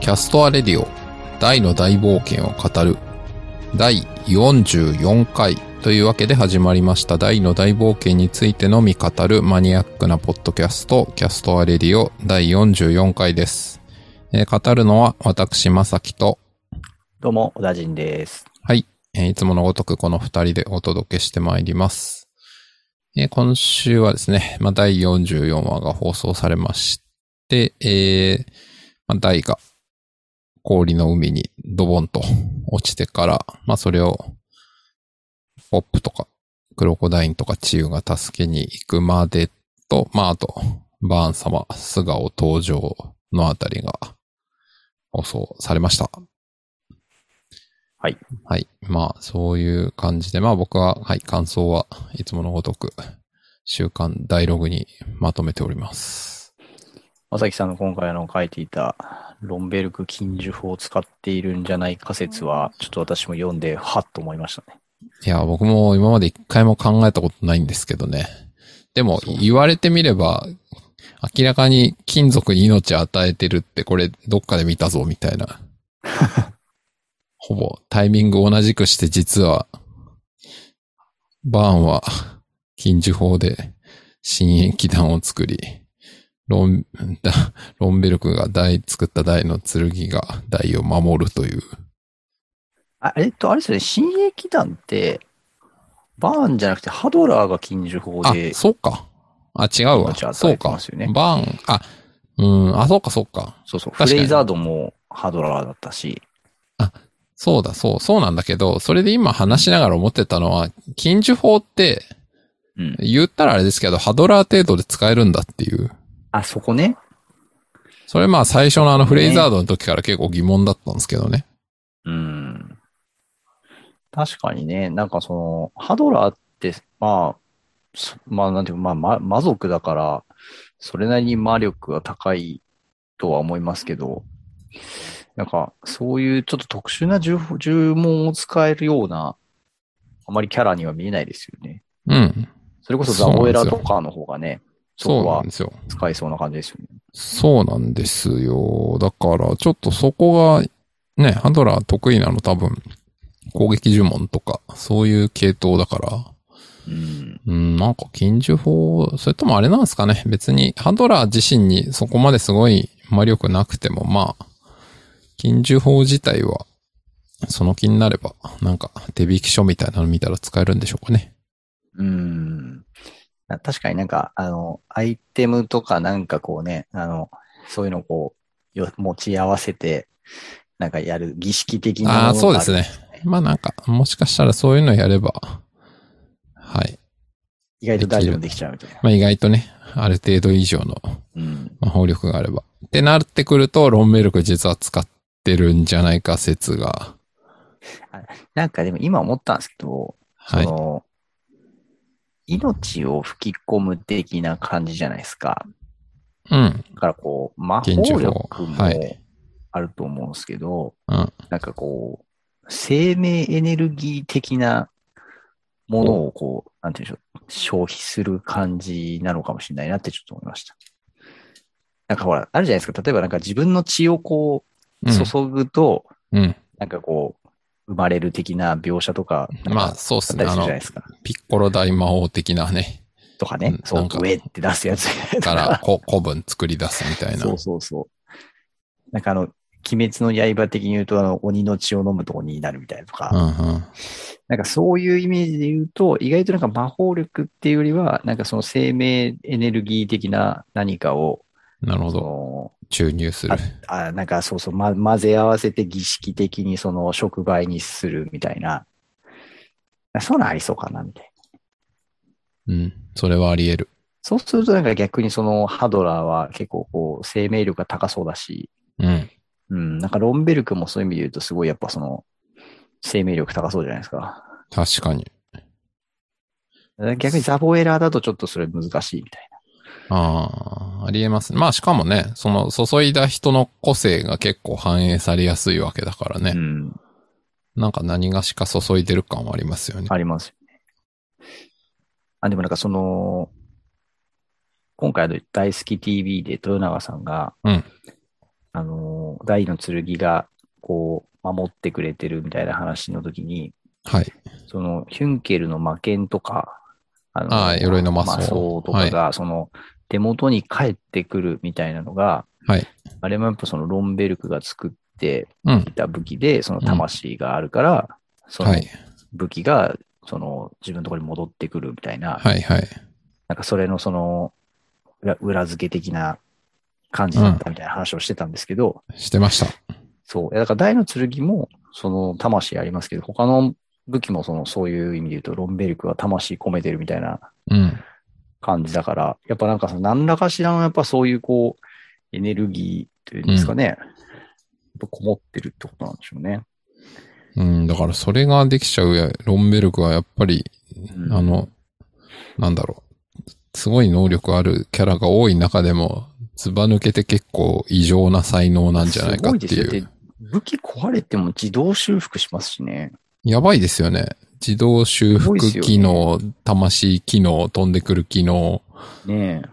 キャストアレディオ大の大冒険を語る第44回というわけで始まりました大の大冒険についてのみ語るマニアックなポッドキャストキャストアレディオ第44回です。えー語るのは私、まさきと、どうも、小田人です。はい。えーいつものごとくこの二人でお届けしてまいります。えー今週はですね、まあ、第44話が放送されまして、えーまあ、大が氷の海にドボンと落ちてから、まあ、それをポップとかクロコダインとかチユが助けに行くまでと、まあ、あと、バーン様、素顔登場のあたりが放送されました。はい。まあ、そういう感じで、まあ僕は、はい、感想はいつものごとく、週刊ダイログにまとめております。まさきさんの今回の書いていた、ロンベルク禁樹法を使っているんじゃないか説は、ちょっと私も読んで、はっと思いましたね。いや、僕も今まで一回も考えたことないんですけどね。でも、言われてみれば、明らかに金属に命を与えてるって、これどっかで見たぞ、みたいな。ほぼタイミング同じくして実は、バーンは禁樹法で新延気弾を作り、ロン、 だロンベルクが大、作った大の剣が大を守るという。あえっと、あれですよね、新鋭機団って、バーンじゃなくてハドラーが禁樹法あ、で、そうか。あ、違うわ。命をそ与うえてかますよね。バーン、あ、うん、あ、そうか、そうか。そうそう、確かフにレイザードもハドラーだったし、そうだ、そう、そうなんだけど、それで今話しながら思ってたのは、禁樹法って、うん。言ったらあれですけど、ハドラー程度で使えるんだっていう。あ、そこね。それまあ最初のあのフレイザードの時から結構疑問だったんですけどね。うん。確かにね、なんかその、ハドラーって、まあ、そまあなんていうか、まあ、ま魔族だから、それなりに魔力が高いとは思いますけど、なんか、そういうちょっと特殊な呪呪文を使えるような、あまりキャラには見えないですよね。うん。それこそザボエラとかの方がね、そそうこなはんですよ。使えそうな感じですよね。そうなんですよ。だから、ちょっとそこが、ね、ハドラー得意なの多分、攻撃呪文とか、そういう系統だから、うん。うん、なんか禁獣法、それともあれなんですかね。別に、ハドラー自身にそこまですごい魔力なくても、まあ、禁獣法自体は、その気になれば、なんか手引き書みたいなの見たら使えるんでしょうかね。うん。な確かになんか、あの、アイテムとかなんかこうね、あの、そういうのをこう、よ持ち合わせて、なんかやる儀式的なああー、もそのうでがあする。ね。まあなんか、もしかしたらそういうのやれば、はい。意外と大丈夫できちゃうみたいな。まあ意外とね、ある程度以上のうん。魔法力があれば。ってなってくると、ロンメルク実は使ってるんじゃないか説が。なんかでも今思ったんですけど、はいそ。の、命を吹き込む的な感じじゃないですか。うん。だからこう、魔法現地法力はもいあると思うんですけど、うんなんかこう、生命エネルギー的なものをこう、なんていうんでしょう、消費する感じなのかもしれないなってちょっと思いました。なんかほら、あるじゃないですか。例えばなんか自分の血をこうう、ん。注ぐと、うん。なんかこう、生まれる的な描写とか、なんまあ、かそうっあすっね。たりあするじゃのない、ですか。ピッコロ大魔王的な ね、とかうねん、そな、うんか上って出すやつから、こ古文作り出すみたいな。そうそうそう。なんかあの、鬼滅の刃的に言うと、あの、鬼の血を飲むと鬼になるみたいなとか、うんうん。なんかそういうイメージで言うと、意外となんか魔法力っていうよりは、なんかその生命エネルギー的な何かを、なるほそど。の注入する。あなんかそうそう、ま、混ぜ合わせて儀式的にその触媒にするみたいな、そういうのありそうかな、みたいな。うん。それはあり得る。そうするとなんか逆にそのハドラーは結構こう生命力が高そうだし、うん。うん、なんかロンベルクもそういう意味で言うと、すごいやっぱその、生命力高そうじゃないですか。確かに。逆にザボエラーだとちょっとそれ難しいみたいああ、ありえます。まあしかもね、その注いだ人の個性が結構反映されやすいわけだからね。な。うん、なんか何がしか注いでる感はありますよね。ありますよね。あ、でもなんかその、今回の大好き TV で豊永さんが、うんあの、大の剣が、こう、守ってくれてるみたいな話の時に、はい。その、ヒュンケルの魔剣とか、あのああ鎧の魔装とかが、その、手元に帰ってくるみたいなのが、はい。あれもやっぱそのロンベルクが作ってうんい。た武器で、その魂があるから、そのはい。武器が、その自分のところに戻ってくるみたいな、はいはい。なんかそれのその裏裏付け的な感じだったみたいな話をしてたんですけど、してました。そう。いやだから大の剣も、その魂ありますけど、他の武器もその、そういう意味で言うと、ロンベルクは魂込めてるみたいなうん。感じだから、やっぱなんかその何らかしらのやっぱそういうこう、エネルギーというんですかね、やっぱこもってるってことなんでしょうね。うん、だからそれができちゃうや、ロンベルクはやっぱり、うんあの、なんだろう。すごい能力あるキャラが多い中でも、ずば抜けて結構異常な才能なんじゃないかってすごいですいようだ。って武器壊れても自動修復しますしね。やばいですよね。自動修復すごいですよね機能、魂機能、飛んでくる機能。ねえ。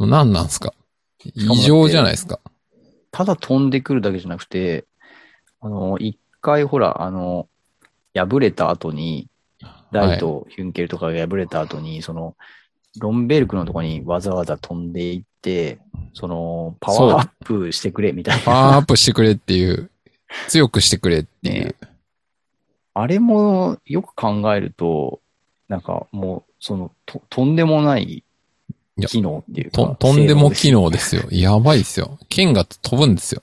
何なんすかかもだっ異て常じゃないですか。ただ飛んでくるだけじゃなくて、あの、一回ほら、あの、破れた後に、ライト、ヒュンケルとかが破れた後に、その、ロンベルクのところにわざわざ飛んでいって、その、パワーアップしてくれみたいパワーな。アップしてくれっていう、強くしてくれっていう。ねあれもよく考えると、なんかもう、その、と、とんでもないいや機能っていうか。と、とんでも性機能ですよ。やばいですよ。剣が飛ぶんですよ。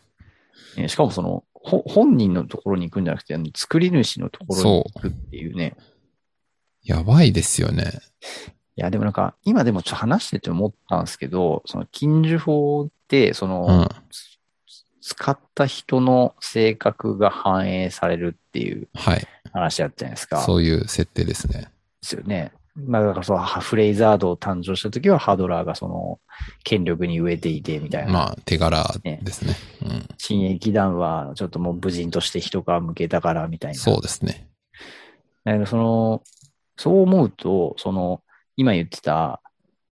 能ねしかもその、ほ、本人のところに行くんじゃなくて、あの作り主のところに行くっていうね。やばいですよね。いや、でもなんか、今でもちょっと話してて思ったんですけど、その禁呪法って、その、うん。使った人の性格が反映されるっていうはい。話だったじゃないですか。うそういう設定ですね。ですよね。まあ、だからそのハフレイザードを誕生した時はハドラーがその権力に植えていてみたいな。まあ、手柄ですね。うん。新駅団はちょっともう武人として一皮向けたからみたいな。そうですね。だからその、そう思うと、その、今言ってた、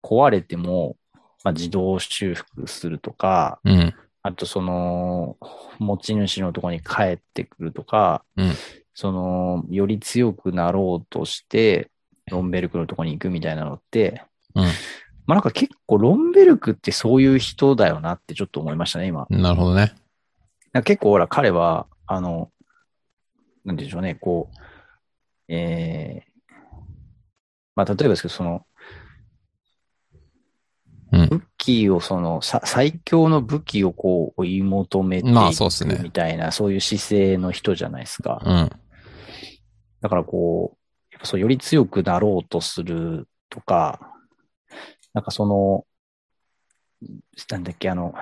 壊れても、まあ、自動修復するとか、うん。あとその、持ち主のところに帰ってくるとか、うんその、より強くなろうとして、ロンベルクのところに行くみたいなのって、うまあなんか結構ロンベルクってそういう人だよなってちょっと思いましたね、今。ん。なるほどね。なんか結構ほら、彼は、あの、なんて言うんでしょうね、こう、えー、まあ例えばですけど、その、うん武器をその、さ最強の武器をこう追い求めていまあそうっすねくみたいな、そういう姿勢の人じゃないですか。うん。だからこう、やっぱそう、より強くなろうとするとか、なんかその、なんだっけ、あの、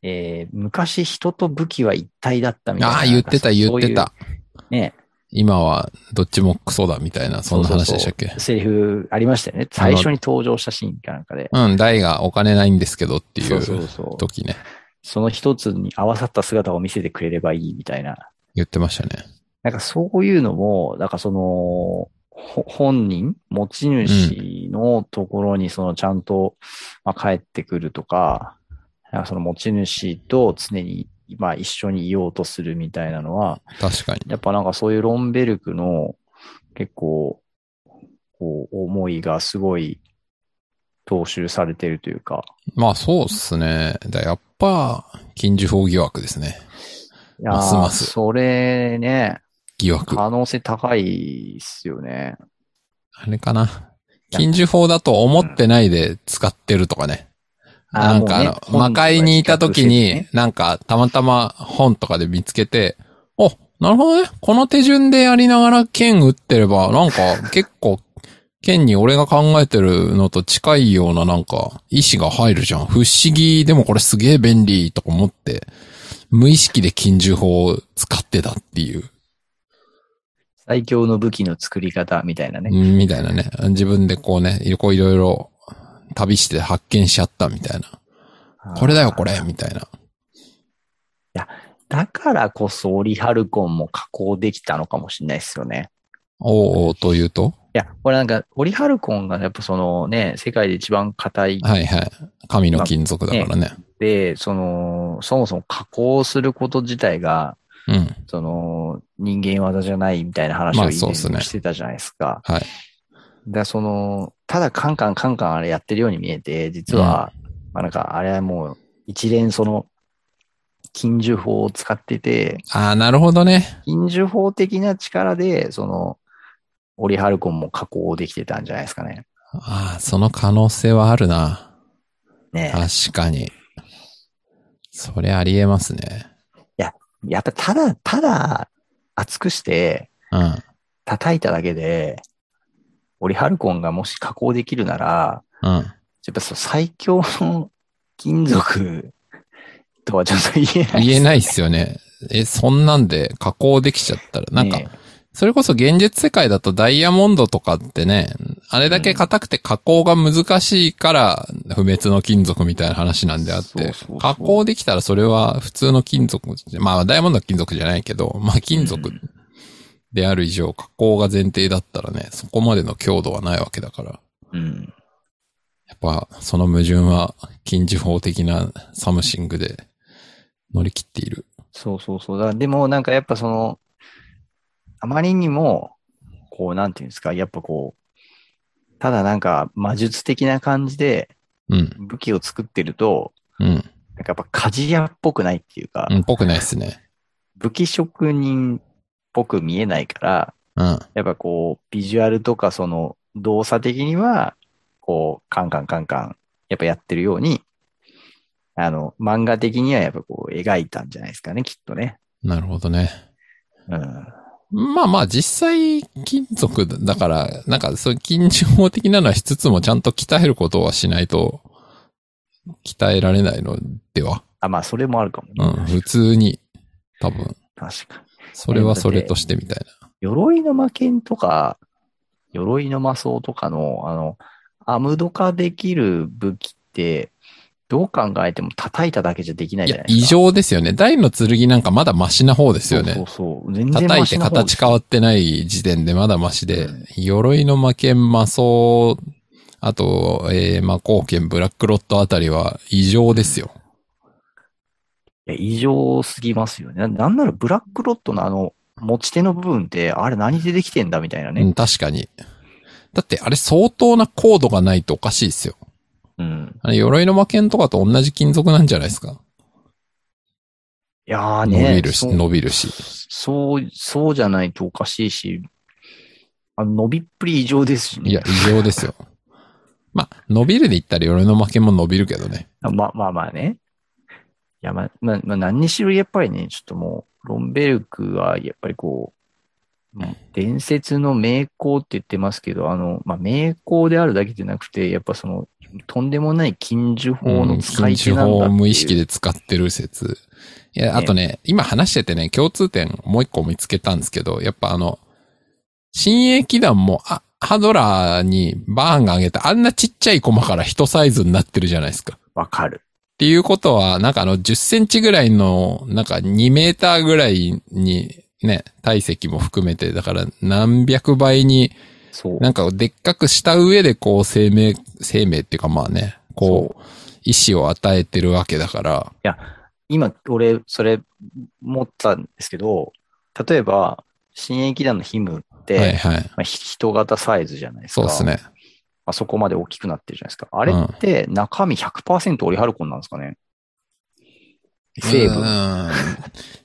えー昔人と武器は一体だったみたいな。ああ、言ってた、なんか言そっういうて。た。ね、今はどっちもクソだみたいな、そんな話でしたっけそうそうそうセリフありましたよね。最初に登場したシーンかなんかで。うん、大がお金ないんですけどっていそうそううそう。時ね、その一つに合わさった姿を見せてくれればいいみたいな。言ってましたね。なんかそういうのも、なんかその、ほ本人、持ち主のところにそのちゃんと、まあ、帰ってくるとか、なんかその持ち主と常に、まあ、一緒にいようとするみたいなのは、確かに。やっぱなんかそういうロンベルクの結構、こう、思いがすごい踏襲されてるというか、まあ、そうっすね。だやっぱ、禁呪法疑惑ですね。いやーますますそれね、疑惑。可能性高いっすよね。あれかな。禁呪法だと思ってないで使ってるとかね。あなんかあの、もうね魔界にいた時に、本とか比較してねなんかたまたま本とかで見つけて、お、なるほどね。この手順でやりながら剣打ってれば、なんか結構、剣に俺が考えてるのと近いようななんか、意志が入るじゃん。不思議、でもこれすげえ便利とか思って、無意識で禁獣法を使ってたっていう、最強の武器の作り方みたいなね。みたいなね。自分でこうね、こういろいろ旅して発見しちゃったみたいな。これだよこれみたいな。だからこそオリハルコンも加工できたのかもしれないですよね。おうおうというといや、これなんか、オリハルコンがやっぱそのね、世界で一番硬いはいはい。紙の金属だからね。で、その、そもそも加工すること自体が、うん。その、人間技じゃないみたいな話まをあ以そう前っすねしてたじゃないですか。はい。だからその、ただカンカンカンカンあれやってるように見えて、実は、まあなんかあれはもう一連その、禁獣法を使ってて、ああ、なるほどね。禁獣法的な力で、その、オリハルコンも加工できてたんじゃないですかね。ああ、その可能性はあるな。ねえ確かに。それありえますね。やっぱただ、ただ、厚くして、うん。叩いただけで、オリハルコンがもし加工できるなら、うん。やっぱそう最強の金属 とはちょっと言えない、言えないっすよね。え、そんなんで加工できちゃったら、なんかね、それこそ現実世界だとダイヤモンドとかってね、あれだけ硬くて加工が難しいから不滅の金属みたいな話なんであっそうそてうそう、加工できたらそれは普通の金属、まあダイヤモンドは金属じゃないけど、まあ金う属んである以上加工が前提だったらね、そこまでの強度はないわけだから、うん。やっぱその矛盾は近似法的なサムシングで乗り切っている。そうそうそう。だからでもなんかやっぱその、あまりにも、こうなんていうんですか、やっぱこう、ただなんか魔術的な感じでうん、武器を作ってると、うん、なんかやっぱ鍛冶屋っぽくないっていうか、うん、ぽくないっすね。武器職人っぽく見えないから、うん。やっぱこう、ビジュアルとかその動作的には、こう、カンカンカンカン、やっぱやってるように、あの、漫画的にはやっぱこう、描いたんじゃないですかね、きっとね。なるほどね。うん。まあまあ実際金属だから、なんかそういう金属法的なのはしつつもちゃんと鍛えることはしないと、鍛えられないのでは。あ、まあ、それもあるかもね。うん、普通に、多分、確かに。それはそれとしてみたい鎧の魔剣とか、鎧の魔装とかの、あの、アムド化できる武器って、どう考えても叩いただけじゃできな。ないいじゃなやい、で異すか。常ですよね。大の剣なんかまだマシな方ですよそうね。そうそう。全然叩いマてシな方で形す変わってない時点でまだマシでうん、鎧の魔剣魔装、あと、えー、魔光剣ブラックロットあたりは異常ですよ。いや異常すぎますよね。ななんならブラックロットのあの、持ち手の部分って、あれ何でできてんだみたいなうね。ん、確かに。だってあれ相当な高度がないとおかしいですよ。うん。あれ鎧の魔剣とかと同じ金属なんじゃないですか。いやーね。伸びるし、そう伸びるし。そう、そうじゃないとおかしいし、あの伸びっぷり異常ですしね。いや、異常ですよ。 まあ、伸びるで言ったら鎧の魔剣も伸びるけどね。あまあまあまあね。いや、まあ、まあ、まあ、何にしろやっぱりね、ちょっともう、ロンベルクはやっぱりこう、もう伝説の名工って言ってますけど、あの、まあ、名工であるだけじゃなくて、やっぱその、とんでもない禁獣法うのん、使い禁手止なんだ法ってをいう無意識で使ってる説。いや、あとね、今話しててね、共通点もう一個見つけたんですけど、やっぱあの、新鋭機団も、あ、ハドラーにバーンが上げた、あんなちっちゃい駒から一サイズになってるじゃないですか。わかる。っていうことは、なんかあの、10センチぐらいの、なんか2メーターぐらいに、ね、体積も含めて、だから何百倍に、そう。なんかでっかくした上でこう生命、生命っていうかまあね、こう、意志を与えてるわけだから、今、俺、それ、持ったんですけど、例えば、新駅団のヒムって、はいはい。まあ、ひ人型サイズじゃないですか。そうですね。あそこまで大きくなってるじゃないですか。あれって中身100%オリハルコンなんですかねセーうーブ。ん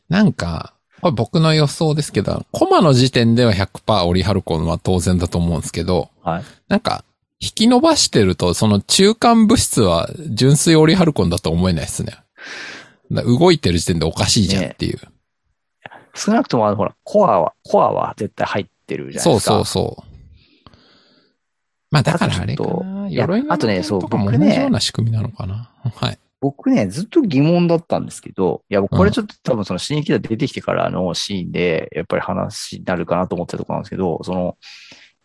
なんか、これ僕の予想ですけど、コマの時点では100%オリハルコンは当然だと思うんですけど、はいなんか、引き伸ばしてると、その中間物質は純粋オリハルコンだと思えないですね。だ動いてる時点でおかしいじゃんっていう。少なくともあの、ほら、コアは、コアは絶対入ってるじゃないそでうすか。そうそう。まあだからあれかあとちな。いや鎧のあとねそうとかも同僕じねような仕組みなのかな。はい。僕ね、ずっと疑問だったんですけど、いや、これちょっと多分その新規で出てきてからのシーンで、やっぱり話になるかなと思ってたところなんですけど、その、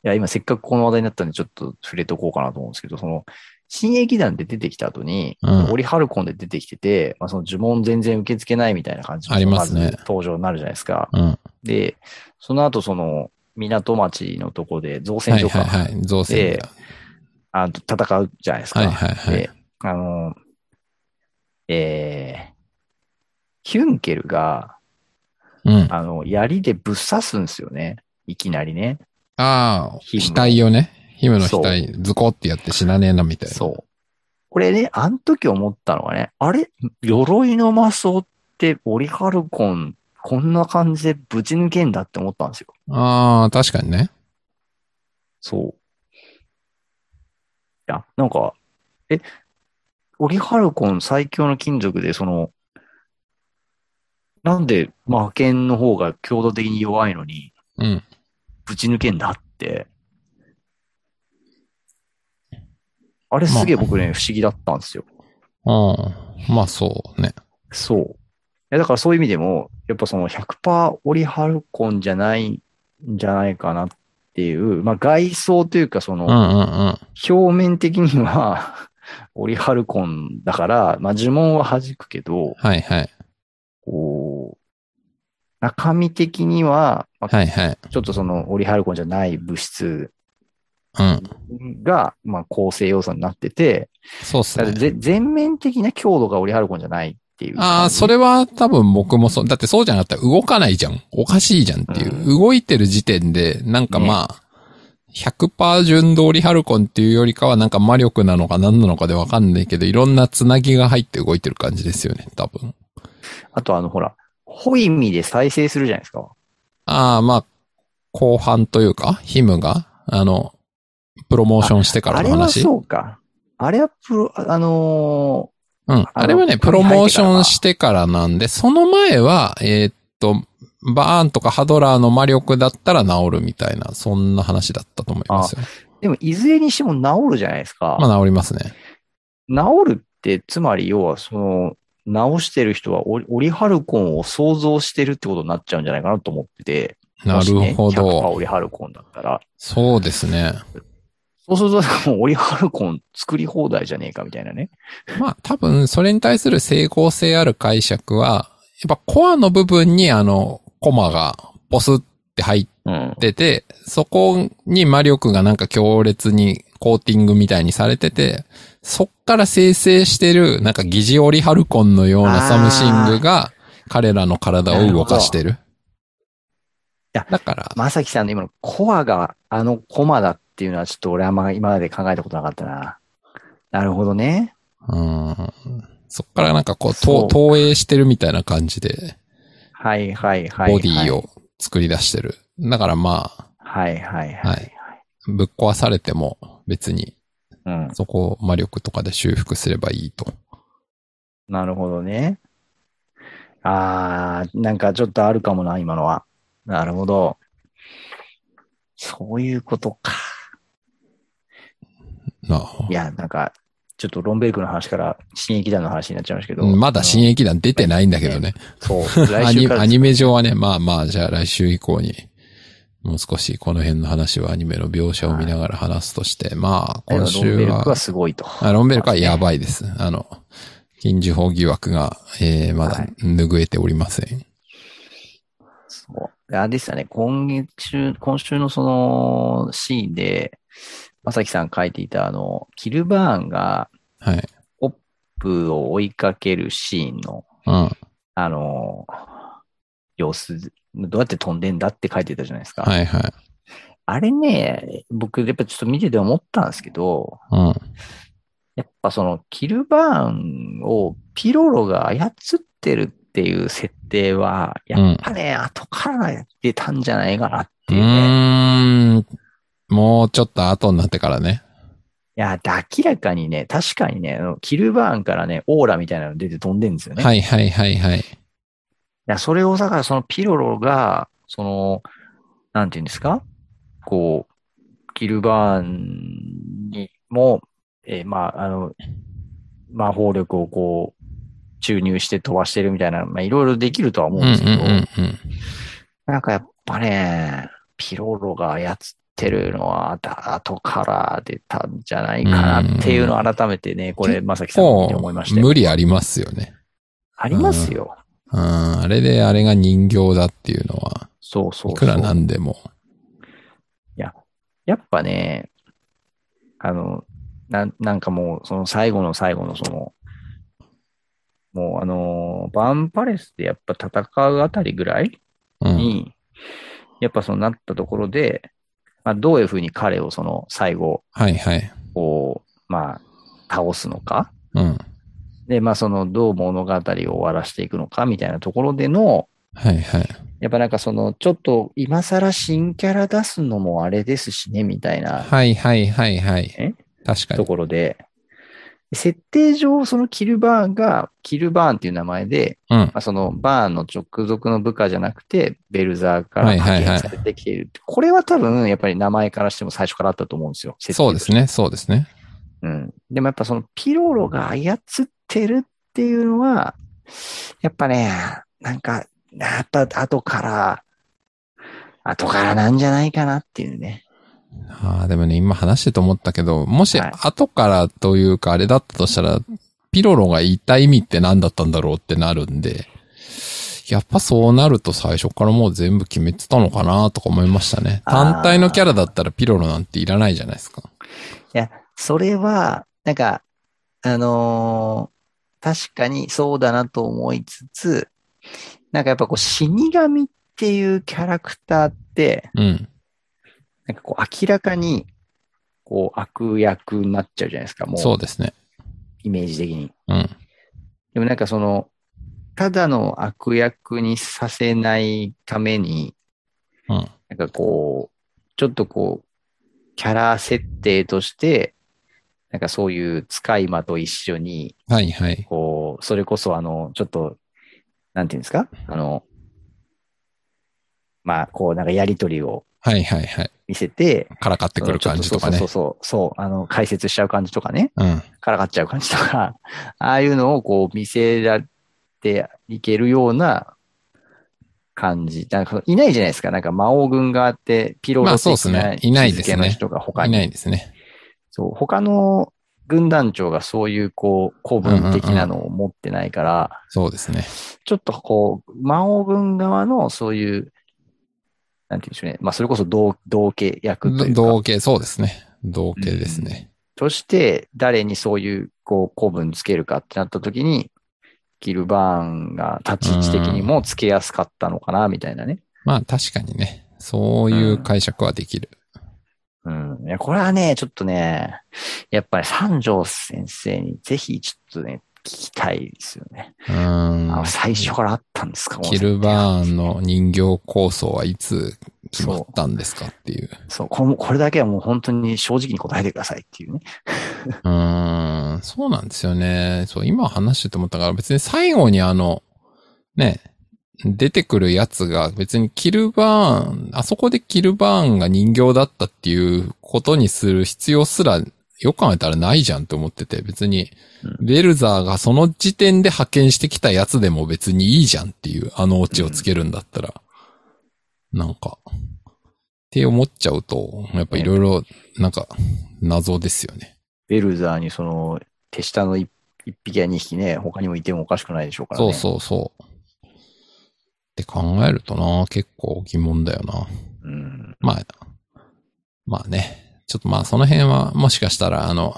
いや、今せっかくこの話題になったんで、ちょっと触れておこうかなと思うんですけど、その、新駅団で出てきた後に、うんオリハルコンで出てきてて、まあ、その呪文全然受け付けないみたいな感じのありますねず登場になるじゃないですか。うん。で、その後その、港町のとこで造船所はか、いはいはい。造船所だ。あの戦うじゃないですか。はいはいはいで、あの、えー、ヒュンケルが、うん。ああの、槍でぶっ刺すんですよね。いきなりね。あヒー、ムの額をね。ヒムのそう額、ズコってやって死なねえな、みたいな。そう。これね、あの時思ったのがね、あれ鎧の魔装ってオリハルコン、こんな感じでぶち抜けんだって思ったんですよ。ああ、確かにね。そう。いや、なんか、え、オリハルコン最強の金属で、その、なんで魔剣の方が強度的に弱いのに、うん。ぶち抜けんだって。あれすげえ僕ね、不思議だったんですよ。うん。まあ、そうね。そう。いやだからそういう意味でも、やっぱその100%オリハルコンじゃないんじゃないかなっていう、まあ外装というかその、うんうんうん。表面的には オリハルコンだから、まあ呪文は弾くけど、はいはい。こう、中身的には、まあはいはい。ちょっとそのオリハルコンじゃない物質うん。が、まあ構成要素になってて、そうっすだからね。ぜ全面的な強度がオリハルコンじゃないっていう。ああ、それは多分僕もそう。だってそうじゃなかったら動かないじゃん。おかしいじゃんっていう。う動いてる時点で、なんかまあ、100%順通りハルコンっていうよりかはなんか魔力なのか何なのかでわかんないけど、いろんなつなぎが入って動いてる感じですよね、多分。あとあのほら、ホイミで再生するじゃないですか。ああ、まあ、後半というか、ヒムが、あの、プロモーションしてからあのれは話。そうか。あれはプロ、あのうん。あれはね、プロモーションしてからなんで、その前は、えーっと、バーンとかハドラーの魔力だったら治るみたいな、そんな話だったと思いますよ。ーでもいずれにしても治るじゃないですか。まあ治りますね。治るって、つまり要はその、治してる人はオリオリハルコンを想像してるってことになっちゃうんじゃないかなと思ってて。なるほもしね100%ど。オリハルコンだったら。そうですね。そうすると、もうオリハルコン作り放題じゃねえかみたいなね。まあ多分、それに対する整合性ある解釈は、やっぱコアの部分にあの、コマがポスって入っうんっ。てて、そこに魔力がなんか強烈にコーティングみたいにされてて、そっから生成してる、なんか疑似オリハルコンのようなサムシングが、彼らの体を動かしてる。なるほどだから、まさきさんの今のコアがあのコマだっていうのはちょっと俺あんま今まで考えたことなかったな。なるほどね。うん。そっからなんかこう、そとう投影してるみたいな感じで、はいはいはい、はい。ボディ。を作り出してる。だからまはいはいあ、は。はいい。ぶっ壊されても別にうん。そこを魔力とかで修復すればいいと。なるほどね。あー、なんかちょっとあるかもな、今のは。なるほど。そういうことか。なあいや、なんか、ちょっとロンベルクの話から、新駅団の話になっちゃいましたけど。うんまだ新駅団出てないんだけどね。 そう、ア来ニ週からアニメ上はね、まあまあ、じゃあ来週以降に、もう少しこの辺の話はアニメの描写を見ながら話すとして、まあ、今ロン週ベルはクは、すごいと。あロンベルクはやばいです。あの、禁止法疑惑が、えー、まはだい拭えておりません。そう。あれでしたね、今月週、今週のそのシーンで、まさきさん書いていたあの、キルバーンがはい。ブーを追いかけるシーンの、うん。あの、様子、どうやって飛んでんだって書いてたじゃないですか。はいはい。あれね、僕やっぱちょっと見てて思ったんですけど、うん。やっぱそのキルバーンをピロロが操ってるっていう設定は、やっぱね、後からやってたんじゃないかなっていううーね。ん。もうちょっと後になってからね。いや、だ明らかにね、確かにね、あのキルバーンからね、オーラみたいなの出て飛んでるんですよね。い、はいはいはいはい。やそれをだからそのピロロが、その、なんていうんですかこう、キルバーンにも、えーまあ、あの、魔法力をこう、注入して飛ばしてるみたいな、まあ、いろいろできるとは思ううんんうんですけど、うんうん。なんかやっぱね、ピロロが操ってるのは、だ後から出たんじゃないかなっていうのを改めてね、これ、まさきさんに思いましたよ無理ありますよね。ありますよ。うん、あれであれが人形だっていうのは、そうそうそう。いくらなんでも。やっぱね、あの、なん、なんかもう、その最後の最後のその、もうあの、バーンパレスでやっぱ戦うあたりぐらいうん。に、やっぱそのなったところで、まあ、どういうふうに彼をその最後、はいはい。こう、まあ、倒すのか。うん。で、まあその、どう物語を終わらせていくのかみたいなところでの、はいはい。やっぱなんかその、ちょっと今更新キャラ出すのもあれですしね、みたいなはいはいはいはいえ。確かとに。ころで、設定上、そのキルバーンが、キルバーンっていう名前で、うん。まあ、そのバーンの直属の部下じゃなくて、ベルザーからはいはいはい派遣されてきている。これは多分、やっぱり名前からしても最初からあったと思うんですよ。設定そうですね、そうですね。うん。でもやっぱそのピロロが操ってるっていうのは、やっぱね、なんか、やっぱ後から、後からなんじゃないかなっていうね。ああ、でもね、今話してと思ったけど、もしはい後からというか、あれだったとしたら、ピロロが言いた意味って何だったんだろうってなるんで、やっぱそうなると最初からもう全部決めてたのかなとか思いましたね。あー単体のキャラだったらピロロなんていらないじゃないですか。いや、それは、なんか、あのー確かにそうだなと思いつつ、なんかやっぱこう死神っていうキャラクターって、うん。なんかこう明らかに、こう悪役になっちゃうじゃないですか、も、そううですね。イメージ的に。うん。でもなんかその、ただの悪役にさせないために、うん。なんかこう、ちょっとこう、キャラ設定として、なんかそういう使い魔と一緒に、はいはい。こう、それこそあの、ちょっと、なんていうんですかあの、まあ、こう、なんかやりとりをはいはいはい。見せて、からかってくる感じとかねそう。そうそうそう、あの、解説しちゃう感じとかね。うん。からかっちゃう感じとか、 ああいうのをこう見せられていけるような感じ。なんかいないじゃないですか。なんか魔王軍があって、ピロロまあ的そうですなねいないですね位置づけの人が他いに。ないですね。そう他の軍団長がそういうこう、古文的なのを持ってないから、そうですね。ちょっとこう、魔王軍側のそういう、なんていうんでしょうね。まあそれこそ同同系役というか。同型、そうですね。同型ですね。として、誰にそういう、こう、古文つけるかってなった時に、ギルバーンが立ち位置的にもつけやすかったのかな、みたいなね。まあ確かにね。そういう解釈はできる。うん。いや、これはね、ちょっとね、やっぱり三条先生にぜひちょっとね、聞きたいですよね。うーん。あの、最初からあったんですか、キルバーンの人形構想はいつ決まったんですかっていう。ン。そう、これもこれだけはもう本当に正直に答えてくださいっていうね。うーん。そうなんですよね。そう、今話してて思ったから別に最後にあの、ね、出てくるやつが別にキルバーン、あそこでキルバーンが人形だったっていうことにする必要すらよく考えたらないじゃんって思ってて、別にうベルザーがその時点で派遣してきたやつでも別にいいじゃんっていう、あのオチをつけるんだったら。なんか、って思っちゃうと、やっぱいろいろ、なんか、謎ですよね。ベルザーにその、手下の一一匹や二匹ね、他にもいてもおかしくないでしょうからそね。うそうそう。って考えるとな、結構疑問だよな。う。うん。まあ、まあね。ちょっとまあその辺はもしかしたらあの、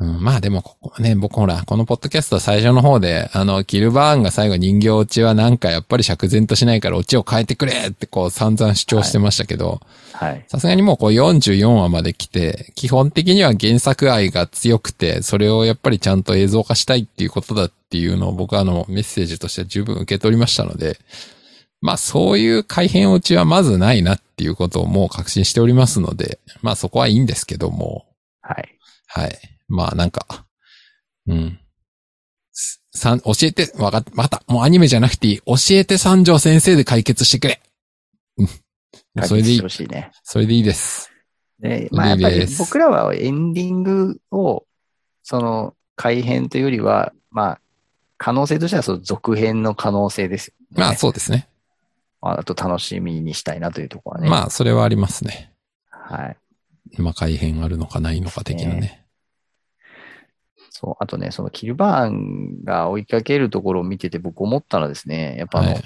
うん、まあでもここね、僕ほら、このポッドキャスト最初の方で、あの、キルバーンが最後人形落ちはなんかやっぱり釈然としないから落ちを変えてくれってこう散々主張してましたけど、はい。さすがにもうこう44話まで来て、基本的には原作愛が強くて、それをやっぱりちゃんと映像化したいっていうことだっていうのを僕はあのメッセージとして十分受け取りましたので、まあそういう改変落ちはまずないなっていうことをもう確信しておりますので、まあそこはいいんですけども、はい。はい。まあなんか、うん。すさん、教えて、わかっ、また、もうアニメじゃなくていい。教えて三条先生で解決してくれ。うん。もうそれでいい解決してほ。しいね。それでいいです。で、まあやっぱり僕らはエンディングを、その改編というよりは、まあ、可能性としてはその続編の可能性ですよね、まあそうですね。まああと楽しみにしたいなというところはね。まあそれはありますね。はい。まあ改変あるのかないのか的なね。そう。あとね、そのキルバーンが追いかけるところを見てて僕思ったらですね、やっぱあの、はい。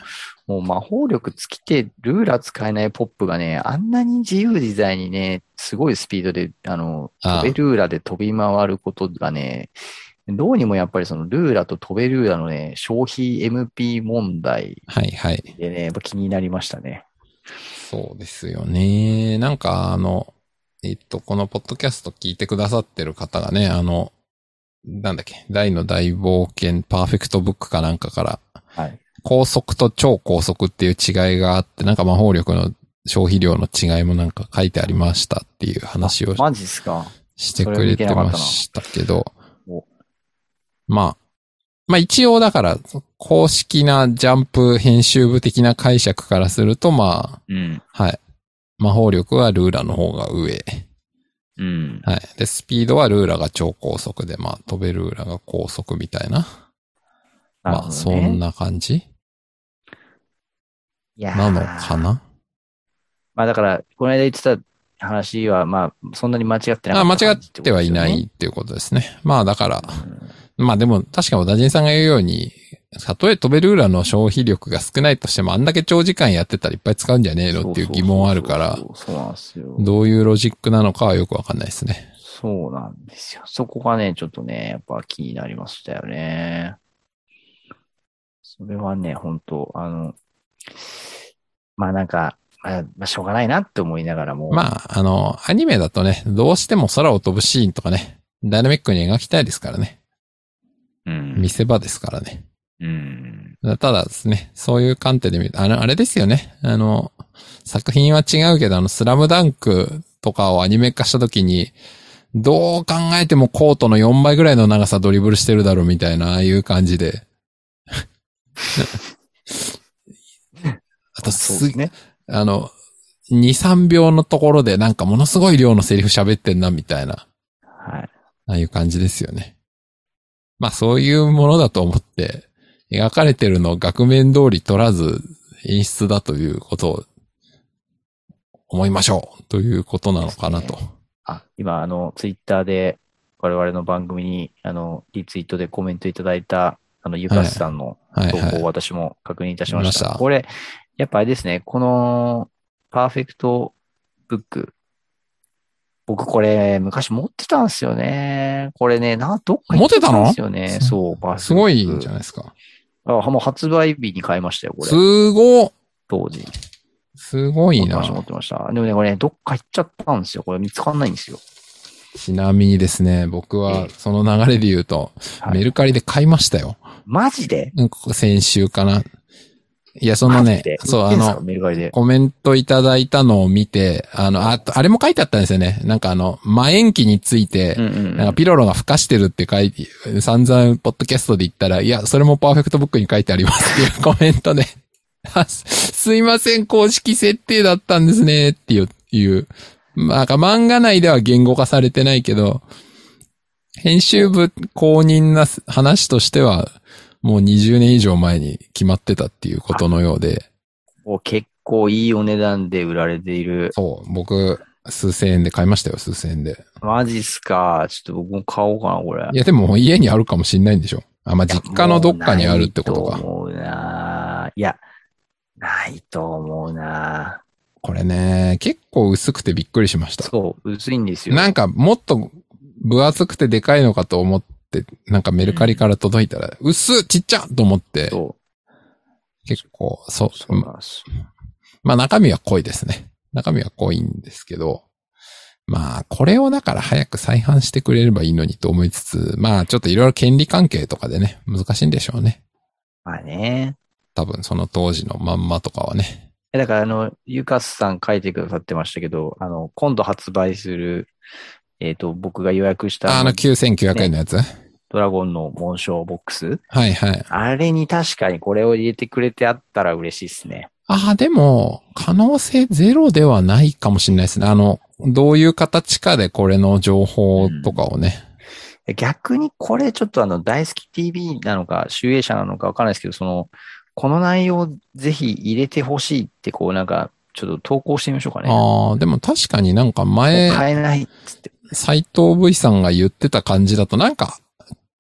もう魔法力尽きてルーラー使えないポップがね、あんなに自由自在にね、すごいスピードで、あの、ああ飛べルーラーで飛び回ることがね、どうにもやっぱりそのルーラーと飛べルーラーのね、消費 MP 問題はいはい。でね、やっぱ気になりましたね。そうですよね。なんかあの、えっと、このポッドキャスト聞いてくださってる方がね、あの、なんだっけ、大の大冒険パーフェクトブックかなんかから、はい。高速と超高速っていう違いがあって、なんか魔法力の消費量の違いもなんか書いてありましたっていう話をマジっすか。してくれてましたけどお、まあ、まあ一応だから、公式なジャンプ編集部的な解釈からすると、まうん。あ、はい。魔法力はルーラの方が上。うん。はい。で、スピードはルーラが超高速で、まあ、飛べルーラが高速みたいな。なるまほあ、どそねんな感じいやなーのかなまあだから、この間言ってた話は、まあ、そんなに間違ってなかったあ間違感っじこてとはですいよねないっていうことですね。まあ、だから、うんまあでも確かに小田人さんが言うように、たとえ飛べルーラーの消費力が少ないとしてもあんだけ長時間やってたらいっぱい使うんじゃねえのっていう疑問あるからそ、うそうそうそうそうなんですよ。どういうロジックなのかはよくわかんないですね。そうなんですよ。そこがね、ちょっとね、やっぱ気になりましたよね。それはね、本当あの、まあなんか、まあ、まあ、しょうがないなって思いながらも、まあ、あの、アニメだとね、どうしても空を飛ぶシーンとかね、ダイナミックに描きたいですからね。うん見。せ場ですからね。うん。ただですね、そういう観点で見ると、あの、あれですよね。あの、作品は違うけど、あの、スラムダンクとかをアニメ化した時に、どう考えてもコートの4倍ぐらいの長さドリブルしてるだろうみたいな、ああいう感じ で。あとそうす、ですね。あの、2、3秒のところでなんかものすごい量のセリフ喋ってんな、みたいな、はい。ああいう感じですよね。まあそういうものだと思って、描かれてるのを額面通り取らず演出だということを思いましょうということなのかなと。あ、今、あの、ツイッターで、我々の番組に、あの、リツイートでコメントいただいた、あの、ゆかしさんのはい投稿をは私も確認いたしました。見ましたこれ、やっぱあれですね、この、パーフェクトブック。僕これ、昔持ってたんですよね。これね、な、どっか行ってんですよね。持ってたそう、パい。ーフェクすトごブックいんじゃないですか。あ、もう発売日に買いましたよ、これ。すごっ当時。すごいな私。持ってました。でもね、これね、どっか行っちゃったんですよ。これ見つかんないんですよ。ちなみにですね、僕はその流れで言うと、はいメルカリで買いましたよ。マジでうんここ先週かな。いや、そのマねジで、そう、売っあてんすかの、メルカリで。コメントいただいたのを見て、あの、あと、あれも書いてあったんですよね。なんかあの、魔延期について、うんうんうんなんかピロロが吹かしてるって書いて、散々ポッドキャストで言ったら、いや、それもパーフェクトブックに書いてありますっていうコ メントで、あすすいません、公式設定だったんですね、っていう、いう。なんか漫画内では言語化されてないけど、編集部公認な話としては、もう20年以上前に決まってたっていうことのようで、お結構いいお値段で売られている。そう、僕、数千円で買いましたよ、数千円で。マジっすか。ちょっと僕も買おうかな、これ。いや、でももう家にあるかもしんないんでしょ。あ、まあ、実家のどっかにあるってこといやか。もうないと思うないや、ないと思うなこれね、結構薄くてびっくりしました。そう、薄いんですよ。なんか、もっと分厚くてでかいのかと思って、なんかメルカリから届いたら、薄っちっちゃっと思って、そ結構、そうう、、そうなんです。まあ中身は濃いですね。中身は濃いんですけど、まあこれをだから早く再販してくれればいいのにと思いつつ、まあちょっといろいろ権利関係とかでね、難しいんでしょうね。まあね。多分その当時のまんまとかはね。えだから、あの、ゆかすさん書いてくださってましたけど、あの、今度発売する、えっ、と、僕が予約しあたあの9900円のやつ、ドラゴンの紋章ボックス。はいはい。あれに確かにこれを入れてくれてあったら嬉しいですね。ああ、でも、可能性ゼロではないかもしれないですね。あの、どういう形かでこれの情報とかをね。逆にこれちょっとあの大好き TV なのか、集英社なのかわかんないですけど、その、この内容ぜひ入れてほしいってこうなんか、ちょっと投稿してみましょうかね。もああ、でも確かになんかう前、買えないっつって。斎藤 V さんが言ってた感じだとなんか、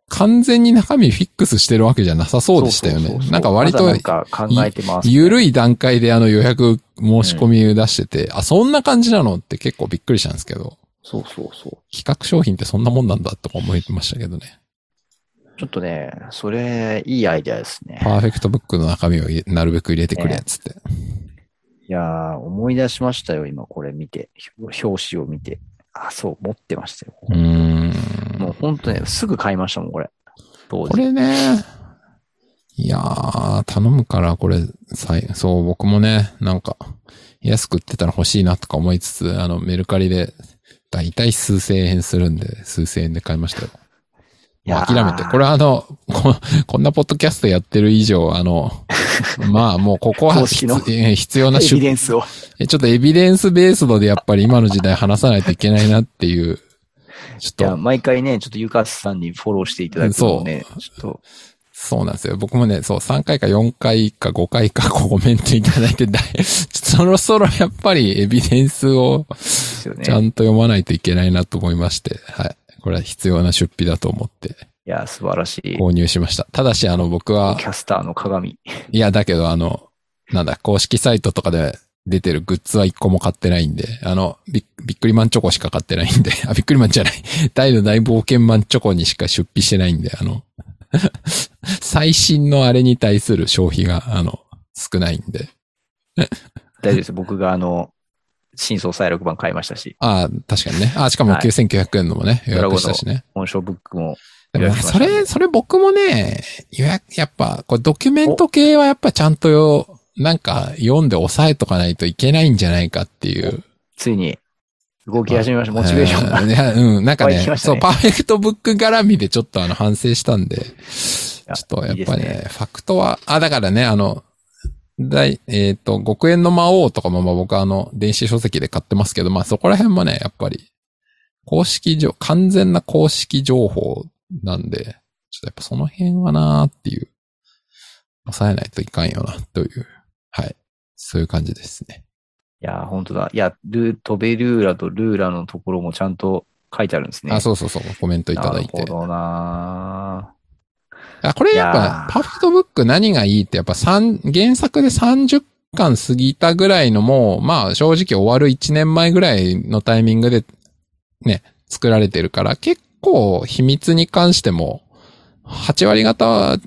完全に中身フィックスしてるわけじゃなさそうでしたよそうそうねそう。そうなんか割まとだなんか考えてます、緩い段階であの予約申し込み出してて、あ、そんな感じなのって結構びっくりしたんですけど、そうそうそう。企画商品ってそんなもんなんだとか思いましたけどね。ちょっとね、それ、いいアイデアですね。パーフェクトブックの中身を入れなるべく入れてくれっつって。いやー、思い出しましたよ、今これ見て。表表紙を見て。あ、そう、持ってましたよ。うーん。もう本当ね、すぐ買いましたもん、これ。当こ時。れね、いやー、頼むからこれ、さいそう、僕もね、なんか、安く売ってたら欲しいなとか思いつつ、あの、メルカリで、だいたい数千円するんで、数千円で買いましたよ。いやもうー諦めて。これはあの、こ、こんなポッドキャストやってる以上、あ の、まあもうここは公必式のえー必要なエビ出デンスを。えちょっとエビデンスベースドでやっぱり今の時代話さないといけないなっていう、ちょっいや、と、毎回ね、ちょっとゆかすさんにフォローしていただくのをね、ちょっと、そうなんですよ。僕もね、そう、3回か4回か5回かコメントいただい て、だいそろそろやっぱりエビデンスをですよねち。ゃんと読まないといけないなと思いまして、はい。これは必要な出費だと思っていや、素晴らしい。購入しました。ただし、あの、僕はキ、ャスターの鏡。いや、だけど、あの、なんだ、公式サイトとかで出てるグッズは一個も買ってないんで、あの、びびっくりマンチョコしか買ってないんで、 あ、びっくりマンじゃない。大の大冒険マンチョコにしか出費してないんで、あの、 最新のあれに対する消費が、あの、少ないんで。大丈夫です。僕があの、真相再録版買いましたし、ああ、確かにね。ああ、しかもはい9900円のもね、予約したしね。本書ブックも。でも予ね、約しまそしたねれ、それ僕もね、予約、やっぱ、これドキュメント系はやっぱちゃんとよ、なんか読んで押さえとかないといけないんじゃないかっていう。ついに動き始めました。モチベーションが。えーいや、うん、なんか湧いねてきましたそう、ねパーフェクトブック絡みでちょっとあの反省したんで、ちょやっとやっぱりいいねでファクトは、あ、だからね、あの、大、えっ、と、極縁の魔王とかも、まあ僕はあの、電子書籍で買ってますけど、まあそこら辺もね、やっぱり、公式情、完全な公式情報なんで、ちょっとやっぱその辺はなーっていう、抑えないといかんよな、という、はい。そういう感じですね。いやー、本当だ。いや、ルー、トベルーラとルーラのところもちゃんと書いてあるんですね。あ、そうそうそう、コメントいただいなてる。ほどなあこれやっぱいや、ーパーフェクトブック何がいいって、やっぱ三原作で30巻過ぎたぐらいのもう、まあ正直終わる1年前ぐらいのタイミングで、ね、作られてるから、結構秘密に関しても、8割方は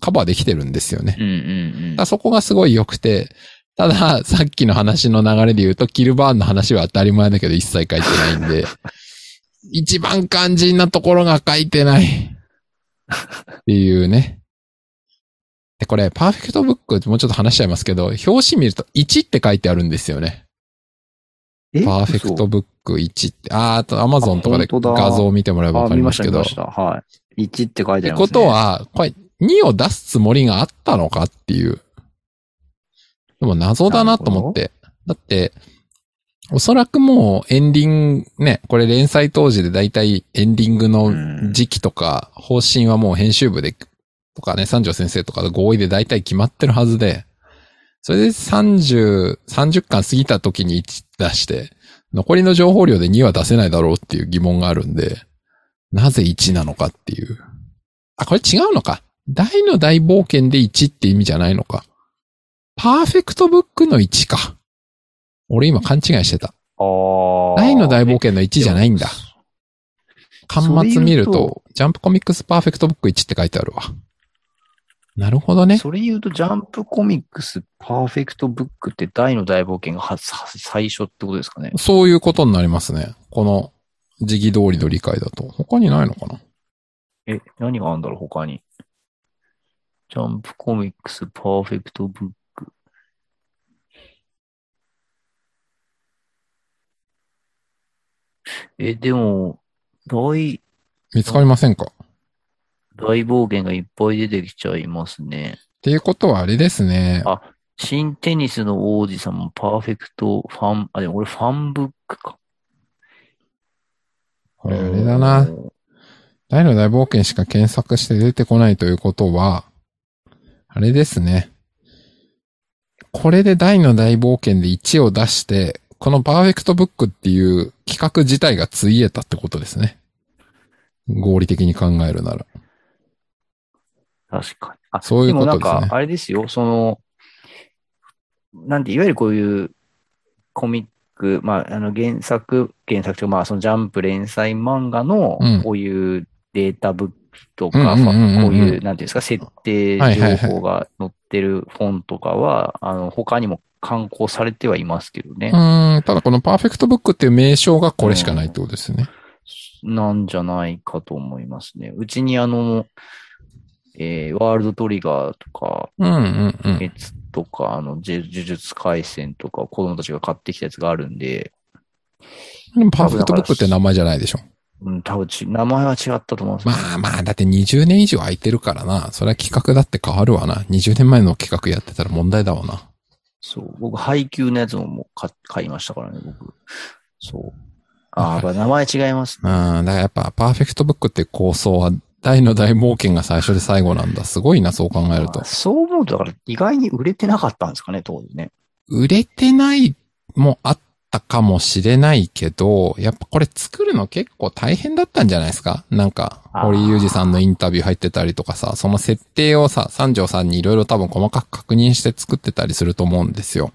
カバーできてるんですよね。ー。うんうんうだんから。そこがすごい良くて、ただ、 さっきの話の流れで言うと、キルバーンの話は当たり前だけど一切書いてないん で、一番肝心なところが書いてない。っていうね。で、これ、パーフェクトブックってもうちょっと話しちゃいますけど、表紙見ると1って書いてあるんですよね。えパーフェクトブック1って。あーあと、アマゾンとかであ本当だ画像を見てもらえ嘘ばわあ、かり見まましすた、け見ど。まっした。はい。1って書いててあります、ね。こと、は、これ、2を出すつもりがあったのかっていう。でも謎だなと思って。だって、おそらくもうエンディング、ね、これ連載当時でだいたいエンディングの時期とか、方針はもう編集部で、とかね、三条先生とかの合意でだいたい決まってるはずで、それで30、30巻過ぎた時に1出して、残りの情報量で2は出せないだろうっていう疑問があるんで、なぜ1なのかっていう。あ、これ違うのか。大の大冒険で1って意味じゃないのか。パーフェクトブックの1か。俺今勘違いしてた。ああ。大の大冒険の1じゃないんだで。も端末見るそれ言うと、ジャンプコミックスパーフェクトブック1って書いてあるわ。なるほどね。それ言うと、ジャンプコミックス、パーフェクトブックって大の大冒険がはさ最初ってことですかね。そういうことになりますね。この、時期通りの理解だと。他にないのかなえ、何があるんだろう、他に。ジャンプコミックス、パーフェクトブック。え、でも、大、見つかりませんかっ大冒険がいっぱい出てきちゃいますね。ていうことはあれですね。あ新テニスの王子様、パーフェクトファン、あ、でも俺ファンブックか。これあれだな。大の大冒険しか検索して出てこないということは、あれですね。これで大の大冒険で1を出して、このパーフェクトブックっていう企画自体がついえたってことですね。合理的に考えるなら。確かに。あ、そういうことですねでもなんか、あれですよ、その、なんて、いわゆるこういうコミック、まあ、あの原作、原作というか、まあ、そのジャンプ連載漫画のうん、こういうデータブックとか、うんうんまあうんうんうんこういう、なんていうんですか、設定はいはいはい情報が載ってる本とかは、あの、他にも刊行されてはいますけどね。うん、ただこのパーフェクトブックっていう名称がこれしかないってことですよね。なんじゃないかと思いますね。うちにあの、えーワールドトリガーとか、うんうんうん。やつとか、あの、呪呪術廻戦とか、子供たちが買ってきたやつがあるんで、でもパーフェクトブックって名前じゃないでしょ。うん、多分ち、名前は違ったと思うんですよ、まあまあ、だって20年以上空いてるからな。それは企画だって変わるわな。20年前の企画やってたら問題だわな。そう。僕、配給のやつももう買買いましたからね、僕。そう。ああ、やっぱ名前違いますね。うん、だからやっぱパーフェクトブックって構想は大の大冒険が最初で最後なんだ。すごい な、そう考えるまとあ。そう思うと、だから意外に売れてなかったんですかね、当時ね。売れてないもあったかもしれないけど、やっぱこれ作るの結構大変だったんじゃないですかなんか、あー堀裕二さんのインタビュー入ってたりとかさ、その設定をさ、三条さんにいろいろ多分細かく確認して作ってたりすると思うんですよ。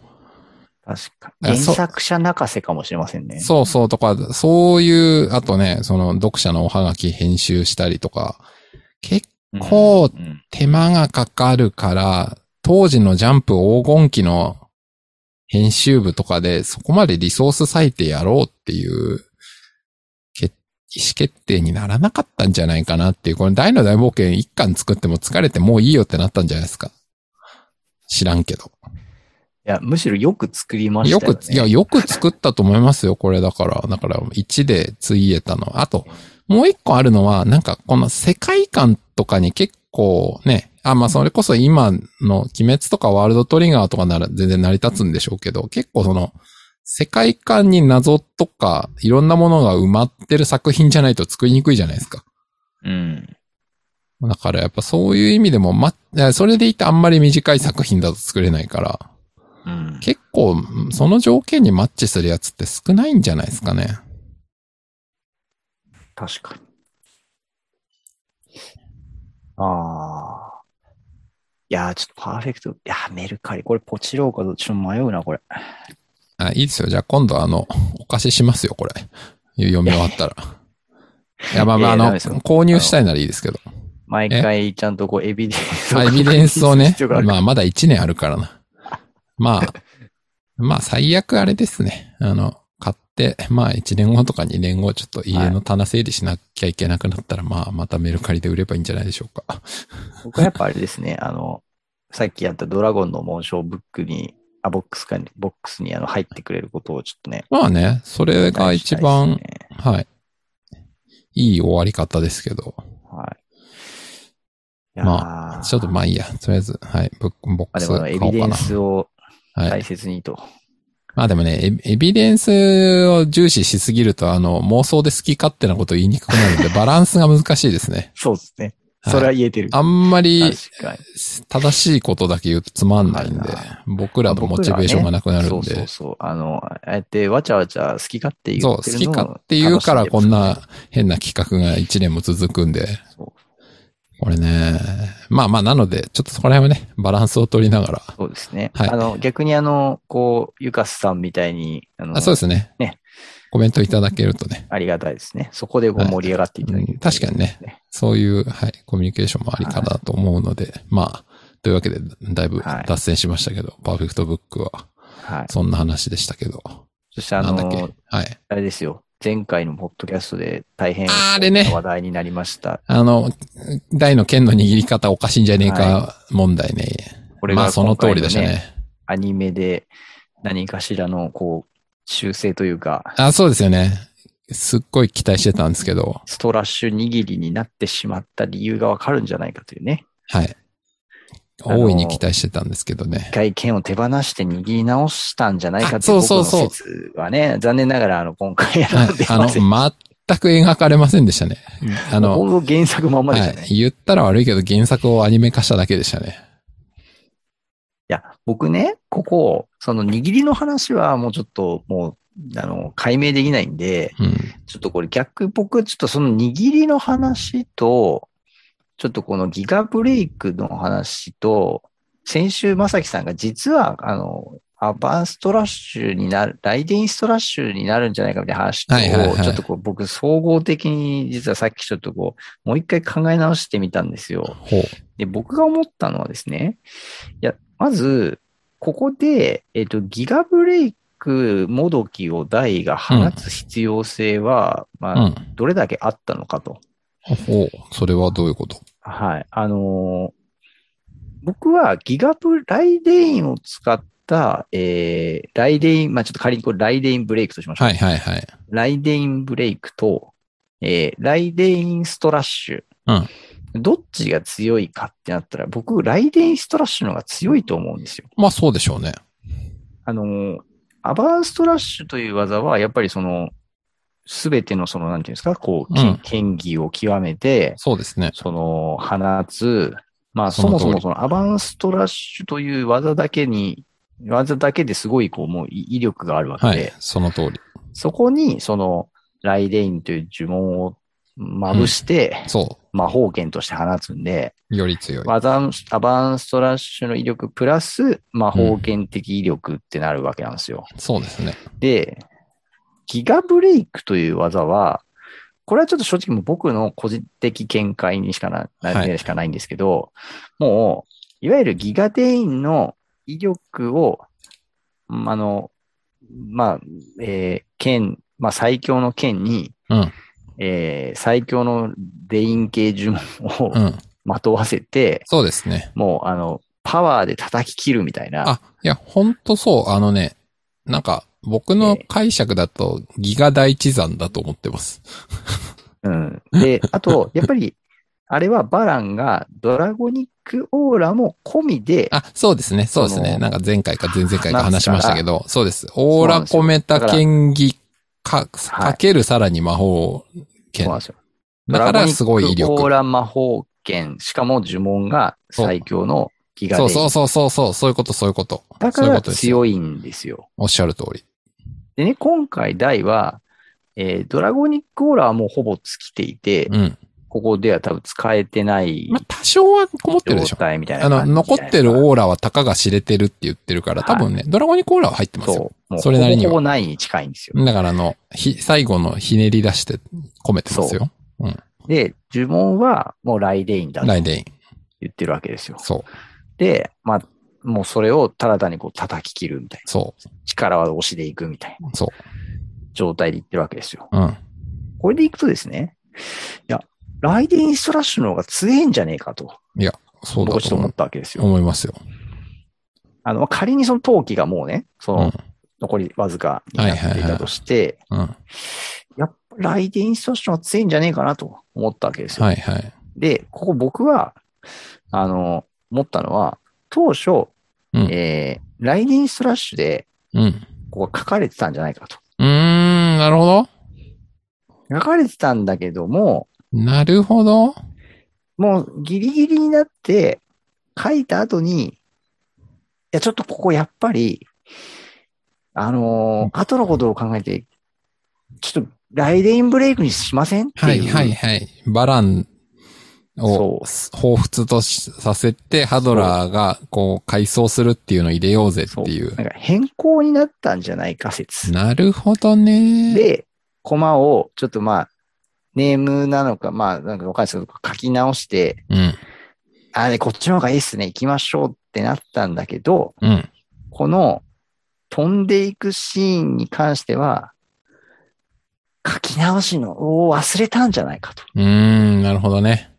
確か。いや原そう作者泣かせかもしれませんね。そうそうとか、そういう、あとね、その読者のおはがき編集したりとか、結うんこううん手間がかかるから、当時のジャンプ黄金期の編集部とかでそこまでリソース割いてやろうっていう、決意思決定にならなかったんじゃないかなっていう、この大の大冒険一巻作っても疲れてもういいよってなったんじゃないですか。知らんけど。いや、むしろよく作りましよたよ、ね。く、いや、よく作ったと思いますよ、これだから。だから、1でついえたの。あと、もう一個あるのは、なんか、この世界観とかに結構ね、あ、まあ、それこそ今の鬼滅とかワールドトリガーとかなら全然成り立つんでしょうけど、結構その、世界観に謎とか、いろんなものが埋まってる作品じゃないと作りにくいじゃないですか。うん。だからやっぱそういう意味でも、ま、それでいてあんまり短い作品だと作れないから、うん。結構、その条件にマッチするやつって少ないんじゃないですかね。確かに。ああ。いやー、ちょっとパーフェクト。いやー、メルカリ。これポチろうかどうちょっと迷うな、これ。あ、いいですよ。じゃあ今度あの、お貸ししますよ、これ。読み終わった ら。いや、まあまあ、あいやいやの、ダメですよ購入したいならいいですけど。毎回ちゃんとこう、エビデンス、エビデンスをね 確認する必要があるまあまだ1年あるから な。まあ、まあ最悪あれですね。あの、買って、まあ1年後とか2年後、ちょっと家の棚整理しなきゃいけなくなったら、まあまたメルカリで売ればいいんじゃないでしょうか。僕はやっぱあれですね、あの、さっきやったドラゴンの紋章ブックに、あ、ボックスかに、ボックスにあの入ってくれることをちょっとね。まあね、それが一期番待し、たいですねはい。いい終わり方ですけど。はい。いやーまちょっとまあいいや。とりあえず、はい。ブックボックあでスも買あおのエうビデかンな。スをは大い。切にと。まあでもね、エエビデンスを重視しすぎると、あの、妄想で好き勝手なこと言いにくくなる んで、バランスが難しいですね。そうですね。はいそれは言えてる。あんまり確かに。正しいことだけ言うとつまんないんではい、僕らのモチベーションがなくなるんそうそうで。そう。あの、ああやってわちゃわちゃ好き勝手言そう、っ好てるきのを勝手言うからこん楽しな変な企画が1年も続くんで。でますね。そうこれね、まあまあなので、ちょっとそこら辺はね、バランスを取りながら。そうですね。はいあの、逆にあの、こう、ゆかすさんみたいに、あの、あそうですね。ねコメントいただけるとね、ありがたいですね。そこでこうはい盛り上がっていただける、うん確かにね。そういう、はい、コミュニケーションもありかなと思うので、まあ、というわけで、だいぶはい脱線しましたけど、パーフェクトブックは、はい。そんな話でしたけど、そしてあなんだっの、けはい。あれですよ。前回のポッドキャストで大変あれね話題になりました。あの、大の剣の握り方おかしいんじゃねえか問題ね。これまがあ、その今回通りでしたね。アニメで何かしらの、こう、修正というか、あ、そうですよね。すっごい期待してたんですけど、ストラッシュ握りになってしまった理由がわかるんじゃないかというね。はい。あの大いに期待してたんですけどね一。回剣を手放して握り直したんじゃないかっていあうそう僕そうそのう説はね、残念ながらあの今回はい選んで、あません。の、全く描かれませんでしたね。あの、ほぼ原作まんまでしたね。、はいい、言ったら悪いけど原作をアニメ化しただけでしたね。や、僕ね、ここ、その握りの話はもうちょっともう、あの、解明できないんで、うん。ちょっとこれ逆、僕、ちょっとその握りの話と、ちょっとこのギガブレイクの話と、先週、まさきさんが実は、あの、アバンストラッシュになる、ライデンストラッシュになるんじゃないかみたいな話を、はいはいはいちょっとこう、僕、総合的に、実はさっきちょっとこう、もう一回考え直してみたんですよ。ほう。で、僕が思ったのはですね、いや、まず、ここで、えっ、と、ギガブレイクもどきを台が放つ必要性は、うまあ、ん。どれだけあったのかと。ほう。それはどういうことはい。あのー僕はギガブ、ライデインを使った、えー、ライデイン、まあちょっと仮にこれライデインブレイクとしましょう。はいはいはい。ライデインブレイクと、えー、ライデインストラッシュ。どっちが強いかってなったら、僕、ライデインストラッシュの方が強いと思うんですよ。まあそうでしょうね。あのー、アバンストラッシュという技は、やっぱりその、すべてのその、なんていうんですか、こう、けうん剣技を極めて、そうですね。その、放つ、まあ、そそのも通そりもそのアバンストラッシュという技だけに、技だけですごい、こう、もう威力があるわけで、はい。その通り。そこに、その、ライデインという呪文をまぶして、そ魔法剣として放つんで、う。より強い。技のアバンストラッシュの威力プラス魔法剣的威力ってなるわけなんですよ。そうですね。で、ギガブレイクという技は、これはちょっと正直もう僕の個人的見解にしかな、はいなしかないんですけど、もう、いわゆるギガデインの威力を、うんあの、まあ、えー剣、まあ最強の剣に、うんえー最強のデイン系呪文をうん。まとわせて、そうですね。もうあの、パワーで叩き切るみたいな。あ、いや、ほんとそう。あのね、なんか、僕の解釈だと、ギガ大地山だと思ってます。うん。で、あと、やっぱり、あれはバランがドラゴニックオーラも込みで、あ、そうですね。そうですそね。のなんか前回か前々回か話しましたけど、そうです。オーラ込めたそうなんですよ剣技か、はいかけるさらに魔法そう剣なん。ですよ。だからすごい威ドラゴニックオー力。ラ魔法剣、しかも呪文が最強のギガデそインうそうそうそうそう、そういうこと、そういうこと。だそかういうこらとですよ強いんですよ。おっしゃる通り。でね、今回大は、えードラゴニックオーラはもうほぼ尽きていて、うん。ここでは多分使えてないまあ、多少はこもってるでし状ょ。態みたいなあ感じの、残ってるーオーラはたかが知れてるって言ってるから、多分ね、ドラゴニックオーラは入ってますよ。そう。もうそれなりにはほぼほぼないに近いんですよ。だからあの、ひ、最後のひねり出して込めてますよ。で、呪文はもうライデインだとライデイン。言ってるわけですよ。そう。で、まあ、もうそれをただ単にこう叩き切るみたいそな。力は押しでいくみたいなう。そ状態でいってるわけですよ。う。うん。これでいくとですね、いや、ライデインストラッシュの方が強いんじゃねえかと、そう僕だはちょとっと思思っうたわけですよ。思いますよ。あの、まあ仮にその陶器がもうね、そうんの、。残りわずかになっていたとして、うん。はやっぱライデインストラッシュの方が強いんじゃねえかなと思ったわけですよ。いはい。で、ここ僕は、あの、思ったのは、当初、うんえー、ライデインストラッシュで、うん。ここが書かれてたんじゃないかと。うーん、なるほど。書かれてたんだけども、なるほど。もうギリギリになって書いた後に、いや、ちょっとここやっぱり、あのー後のことを考えて、ちょっとライデインブレイクにしませんって。はいいうはいはい。バランを彷彿としさせて、ハドラーがこう、改装するっていうのを入れようぜそっう。ていうな。んか変更になったんじゃないか説。なるほどね。、で、コマをちょっとまあ、ネームなのか、まあ、なんかわかんないですけど、書き直して、うん。あれ、こっちの方がいいっすね、行きましょうってなったんだけど、うん。この飛んでいくシーンに関しては、書き直しのを忘れたんじゃないかと。うーん、なるほどね。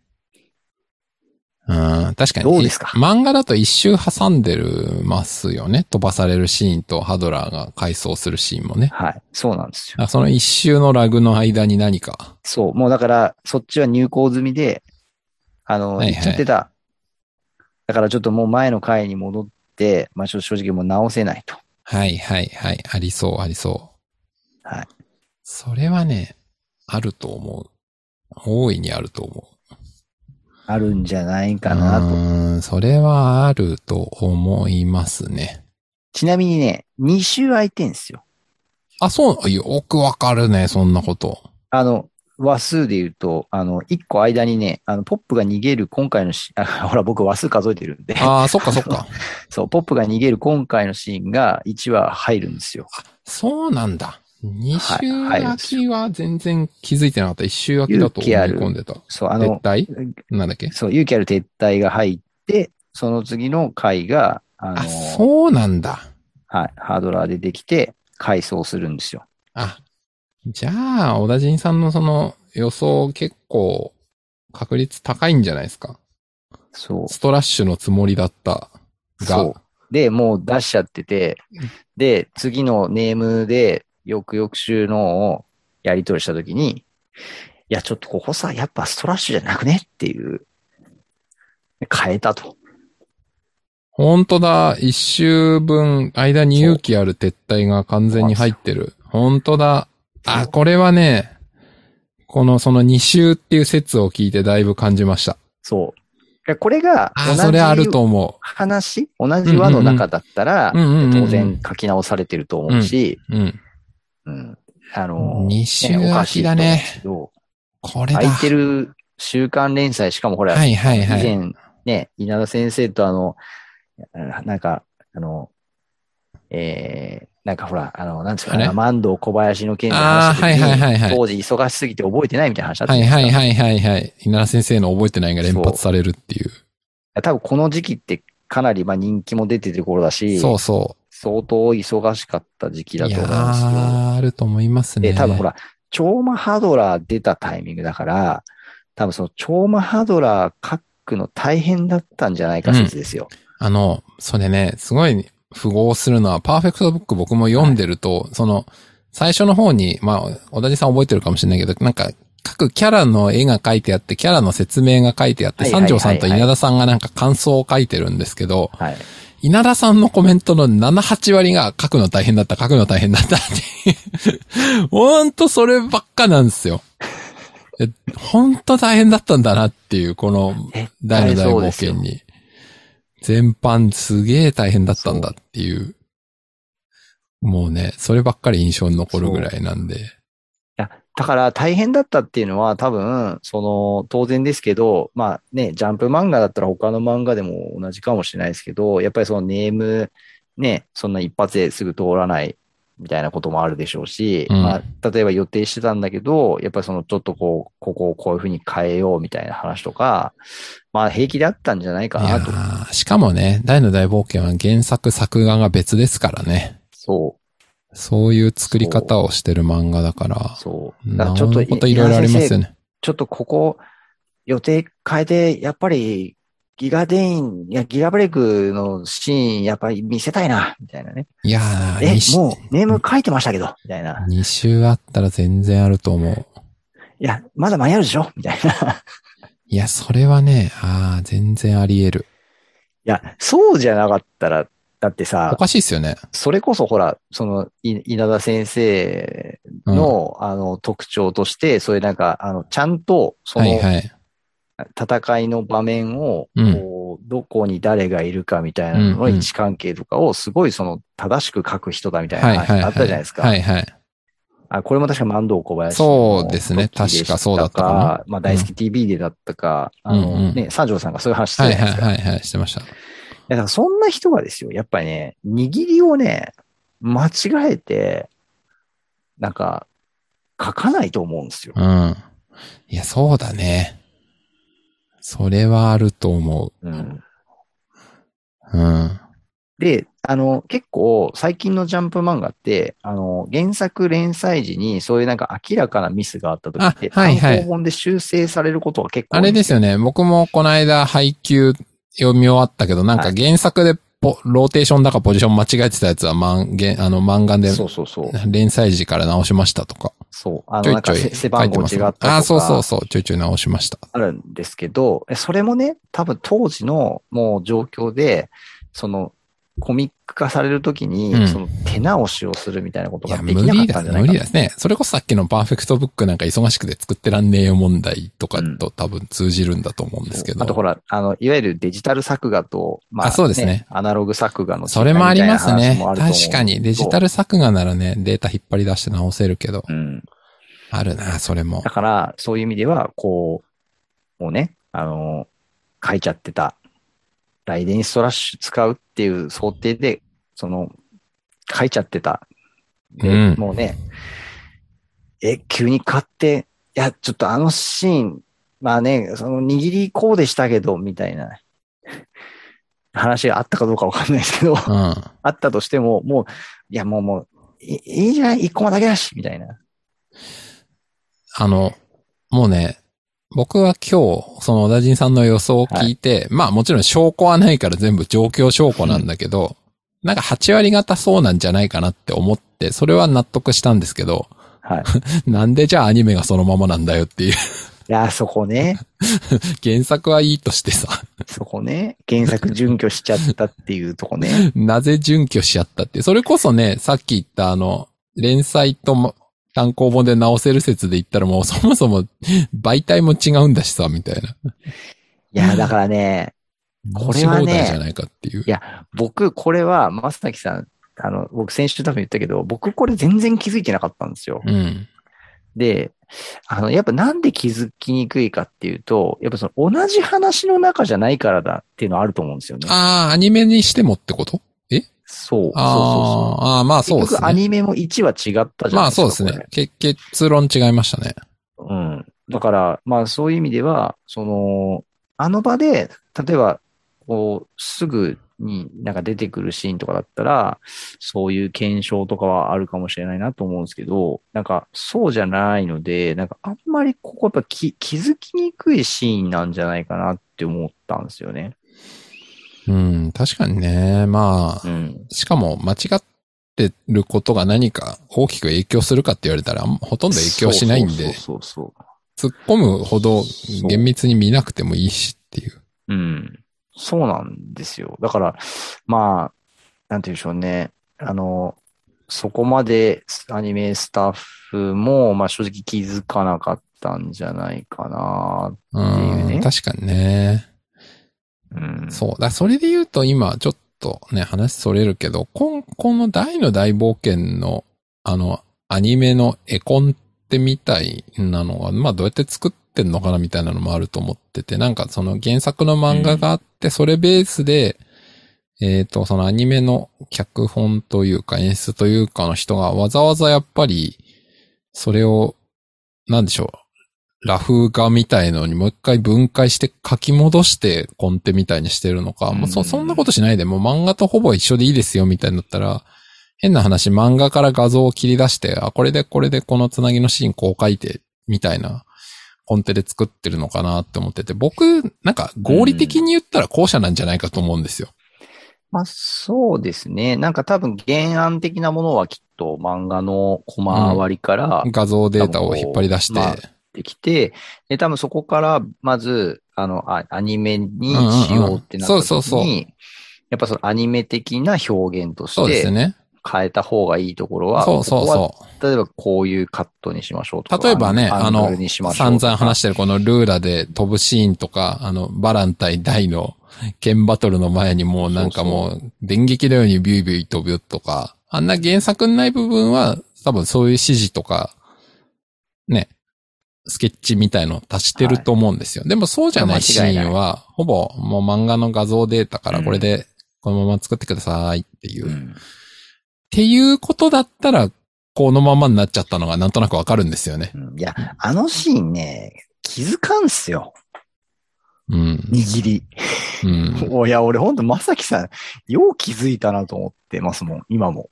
うん、確かに。どうですかい漫画だと一周挟んでるますよね。飛ばされるシーンとハドラーが回想するシーンもね。はい。そうなんですよ。あその一周のラグの間に何か。そう。もうだから、そっちは入稿済みで、あの、はいはい言っちゃってた。だからちょっともう前の回に戻って、まあちょっと正直もう直せないと。はいはいはい。ありそうありそう。はい。それはね、あると思う。大いにあると思う。あるんじゃないかなうと。ーん、それはあると思いますね。ちなみにね、2週空いてんすよ。あ、そう、よくわかるね、そんなこと。あの、話数で言うと、あの、一個間にね、あの、ポップが逃げる今回のシーン、あほら、僕話数数えてるんで、 ああ、そっかそっか。そう、ポップが逃げる今回のシーンが1話入るんですよ。そうなんだ。2はい週はい空きは全然気づいてなかった。1週空きだと思い込んでた。そう、あ撤の、退なんだっけそう、勇気ある撤退が入って、その次の回が、あの、あ、そうなんだ。はい、ハードラー出てきて、回想するんですよ。あ、じゃあ、小田人さんのその予想結構確率高いんじゃないですか。そう。ストラッシュのつもりだったそが、う。で、もう出しちゃってて、で、次のネームで、翌々週のをやり取りしたときに、いや、ちょっとここさ、やっぱストラッシュじゃなくねっていう、変えたと。本当だ、一周分、間に勇気ある撤退が完全に入ってる。本当だ。あ、これはね、この、その2周っていう説を聞いてだいぶ感じました。そう。いやこれがあ、それあると思話、同じ輪の中だったら、うんうんうんうんうん当然書き直されてると思うし、う。うん。うん。あの、 2周ねお空かしきいとだ思うんでね。すけど、これだ。空いてる週刊連載、しかもこれ、はいはい以はい。前、ね、稲田先生とあの、あなんか、あの、えー、なんかほら、あの、なんですかあね、れ万堂小林の件で話した時にあーはいはいはいはい当時忙しすぎて覚えてないみたいな話あったはじいゃなはいいですか。はいはいはい。稲田先生の覚えてないが連発されるっていう。多分この時期ってかなりまあ人気も出てる頃だし、そうそ相当忙しかった時期う。だいとや思うんですよ。ー、あると思いますね。で、多分ほら、超魔ハドラー出たタイミングだから、多分その超魔ハドラー書くの大変だったんじゃないか説ですよ。あの、それね、すごい符合するのは、パーフェクトブック僕も読んでると、その、最初の方に、まあ、小田地さん覚えてるかもしれないけど、なんか、各キャラの絵が書いてあって、キャラの説明が書いてあって、はいはいは三い条はいさんと稲田さんがなんか感想を書いてるんですけど、はい。稲田さんのコメントの7、8割が書くの大変だった、書くの大変だったっていう。 ほんとそればっかなんですよ。えほんと大変だったんだなっていう、このえ大の大大そう冒です険よに。全般すげえ大変だったんだっていう。もうね、そればっかり印象に残るぐらいなんで。いや、だから大変だったっていうのは多分、その、当然ですけど、まあね、ジャンプ漫画だったら他の漫画でも同じかもしれないですけど、やっぱりそのネーム、ね、そんな一発ですぐ通らないみたいなこともあるでしょうし、うんまあ、例えば予定してたんだけど、やっぱりそのちょっとこう、ここをこういうふうに変えようみたいな話とか、まあ平気だったんじゃないかいやなと。ーしかもね、大の大冒険は原作作画が別ですからね。そそういう作り方をしてる漫画だからう、。そう。だかならちょっと、おこといろいろありますよね。ちょっとここ、予定変えて、やっぱり、ギガデイン、いや、ギガブレイクのシーン、やっぱり見せたいな、みたいなね。いやー、えに、しもう、ネーム書いてましたけど、みたいな。 2週あったら全然あると思う。いや、まだ間に合うでしょみたいな。い いや、それはね、あー、全然あり得る。や、そうじゃなかったら、だっておさ、かしいっすよね。それこそほら、その、い稲田先生うん、の、あの、特徴として、そういうなんか、あの、ちゃんと、そはのい、はい。戦いの場面を、うんこうどこに誰がいるかみたいなのうのんうん位置関係とかをすごいその正しく書く人だみたいはいはない。話あったじゃないですか。はいはい。あこれも確か万堂小林そうですねの時確かそうだったかなまあ大好き TV でだったか、あのうんうんね、三条さんがそういう話してはたいじゃなはいいですはか。いはい。してました。いやだからそんな人がですよ、やっぱりね、握りをね、間違えて、なんか書かないと思うんですよ。うん。いや、そうだね。それはあると思うんう。うん。で、あの、結構、最近のジャンプ漫画って、あの、原作連載時に、そういうなんか明らかなミスがあった時って、あはいはい単行本で修正されることは結構あ多いれんでですすよね。僕もこの間配給読み終わったけど、なんかは原作でポローテーションだかポジション間違えてたやつは、まん、げんあの、漫画でそうそうそう。連載時から直しましたとか。そう。あちの、ょないんちょかいせ背番号違書ったいてとますねか。あ、そうそうそう。ちょいちょい直しました。あるんですけど、えそれもね、多分当時のもう状況で、その、コミック化されるときに、うんその手直しをするみたいなこといがや、でき無なか理っただ、んじゃない無か理な。ですね。それこそさっきのパーフェクトブックなんか忙しくて作ってらんねえよ問題とかと多分通じるんだと思うんですけあとど。ほら、あの、いわゆるデジタル作画と、まあ、あそうですねアナログ作画のそれもあります違いみたいな話ねもあ。ると思うんです確けどかにデジタル作画ならね、データ引っ張り出して直せるけど。うん。あるな、それもだ。から、そういう意味では、こう、もうね、あの、書いちゃってた、ライデンストラッシュ使うっていう想定で、その、書いちゃってた。でうんもうね、え、急に買って、いや、ちょっとあのシーン、まあね、その握りこうでしたけど、みたいな話があったかどうかわかんないですけど、うん。ああったとしても、もう、いや、もうもう、いいいじゃない、一個もだけだし、みたいな。の、もうね、僕は今日、その小田人さんの予想を聞いて、まあもちろん証拠はないから全部状況証拠なんだけど、なんか8割方そうなんじゃないかなって思って、それは納得したんですけど、はい。なんでじゃあアニメがそのままなんだよっていう、 いや、そこね。原作はいいとしてさ、そこね、原作準拠しちゃったっていうと こね。なぜ準拠しちゃったっていう。それこそね、さっき言ったあの、連載とも単行本で直せる説で言ったらもう そもそも媒体も違うんだしさ、みたいな。いや、だからね、これ直しはね放題じゃないかっていうい。や、僕、これは、まさきさん、あの、僕先週多分言ったけど、僕これ全然気づいてなかったんですよ。うん。で、あの、やっぱなんで気づきにくいかっていうと、やっぱその同じ話の中じゃないからだっていうのはあると思うんですよね。ああ、アニメにしてもってことそう。あそうそうそう。あ、ああ、まあそうで結す局アね。ニメも1話違ったじゃまあないですか。そうですこれね。け結論違いましたね。うん。だから、まあそういう意味では、その、あの場で、例えば、こう、すぐになんか出てくるシーンとかだったら、そういう検証とかはあるかもしれないなと思うんですけど、なんかそうじゃないので、なんかあんまりここやっぱ気気づきにくいシーンなんじゃないかなって思ったんですよね。うん、確かにね。まあう、ん。しかも間違ってることが何か大きく影響するかって言われたら、あんほとんど影響しないんで、そうそうそうそう突っ込むほど厳密に見なくてもいいしっていう。うん。そうなんですよ。だから、まあ、なんて言うんでしょうね。あの、そこまでアニメスタッフも、まあ正直気づかなかったんじゃないかうな。ん、っていうね確かにね。うん。そう。だからそれで言うと今、ちょっとね、話それるけど、今、この大の大冒険の、あの、アニメの絵コンテみたいなのは、まあどうやって作ってんのかなみたいなのもあると思ってて、なんかその原作の漫画があって、それベースで、えっ、と、そのアニメの脚本というか演出というかの人がわざわざやっぱり、それを、なんでしょう、ラフ画みたいのにもう一回分解して書き戻してコンテみたいにしてるのか、もううそ、んそんなことしないで、もう漫画とほぼ一緒でいいですよみたいになったら、変な話、漫画から画像を切り出して、あ、これでこれでこのつなぎのシーンこう書いて、みたいなコンテで作ってるのかなって思ってて、僕、なんか合理的に言ったら後者なんじゃないかと思うんですよ。まあそうですね。なんか多分原案的なものはきっと漫画のコマ割りから画像データを引っ張り出して、まあできて、で、多分そこから、まず、あの、あアニメにしようってなうんった時に、うんうんそうそうそうやっぱそのアニメ的な表現としそうですてね。変えた方がいいところは、そうそうここはそ例えばこういうカットにしましょうとか。例えばねアンあのグルにしう。ましょう散とか々話してるこのルーラで飛ぶシーンとか、あの、バラン対大の剣バトルの前にもうなんかもう電撃のようにビュービュー飛ぶとか、あんな原作にない部分は多分そういう指示とか、ね、スケッチみたいのを足してると思うんですよ。でもそうじゃないシーンは、ほぼもう漫画の画像データからこれでこのまま作ってくださいっていう。うんっていうことだったら、このままになっちゃったのがなんとなくわかるんですよね。うんいや、あのシーンね、気づかんすよ。うん。握り。うん。おいや、俺ほんとまさきさん、よう気づいたなと思ってますもん、今も。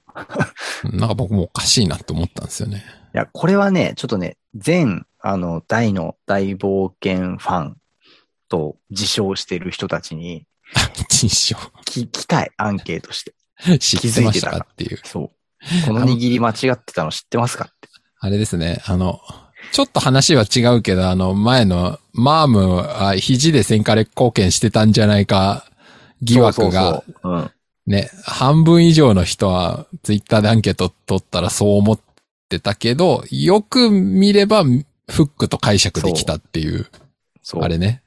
なんか僕もおかしいなって思ったんですよ ね。いや、これはね、ちょっとね、全、あの、大の大冒険ファンと自称してる人たちに人称。聞きたい、アンケートして。知ってましたかっていう。そう。この握り間違ってたの知ってますかって。あれですね。あの、ちょっと話は違うけど、あの、前の、マームは肘で戦火力貢献してたんじゃないか疑惑が、そうそうそう。うん。ね、半分以上の人はツイッターでアンケート取ったらそう思ってたけど、よく見ればフックと解釈できたっていう、そう。あれね。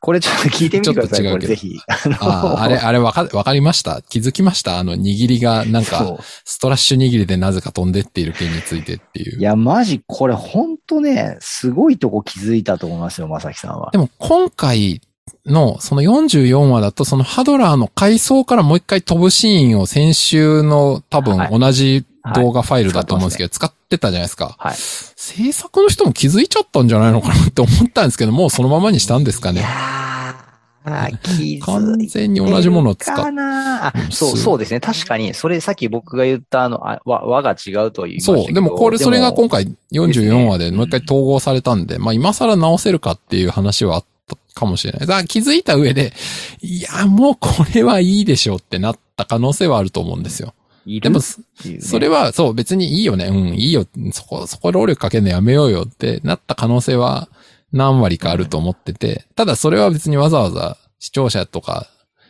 これちょっと聞いてみてくださちい、ょっこと違うけどれぜひ。あのああ、あれ、あれわか、わかりました気づきましたあの、握りが、なんそか、うストラッシュ握りでなぜか飛んでっている件についてっていう。いや、マジ、これほんとね、すごいとこ気づいたと思いますよ、まさきさんは。でも今回のその44話だとそのハドラーの階層からもう一回飛ぶシーンを先週の多分はい同じ動画ファイルだと思うんですけど使ってたじゃないですか。はい制作の人も気づいちゃったんじゃないのかなって思ったんですけど、もうそのままにしたんですかいやね。ー、気づいてるかな完全に同じものを使っあうんそう、すそうですね。確かに、それさっき僕が言ったあの、あ和和が違うと言いましたけどそう。でもこれ、それが今で回44話でもう一回統合されたんで、まあ今更直せるかっていう話はあったかもしれない。だから気づいた上で、いや、もうこれはいいでしょうってなった可能性はあると思うんですよ。いでるも、っていうねそれは、そう、別にいいよね。うん、いいよ。そこ、そこ労力かけるのやめようよってなった可能性は何割かあると思ってて、ただそれは別にわざわざ視聴者とか、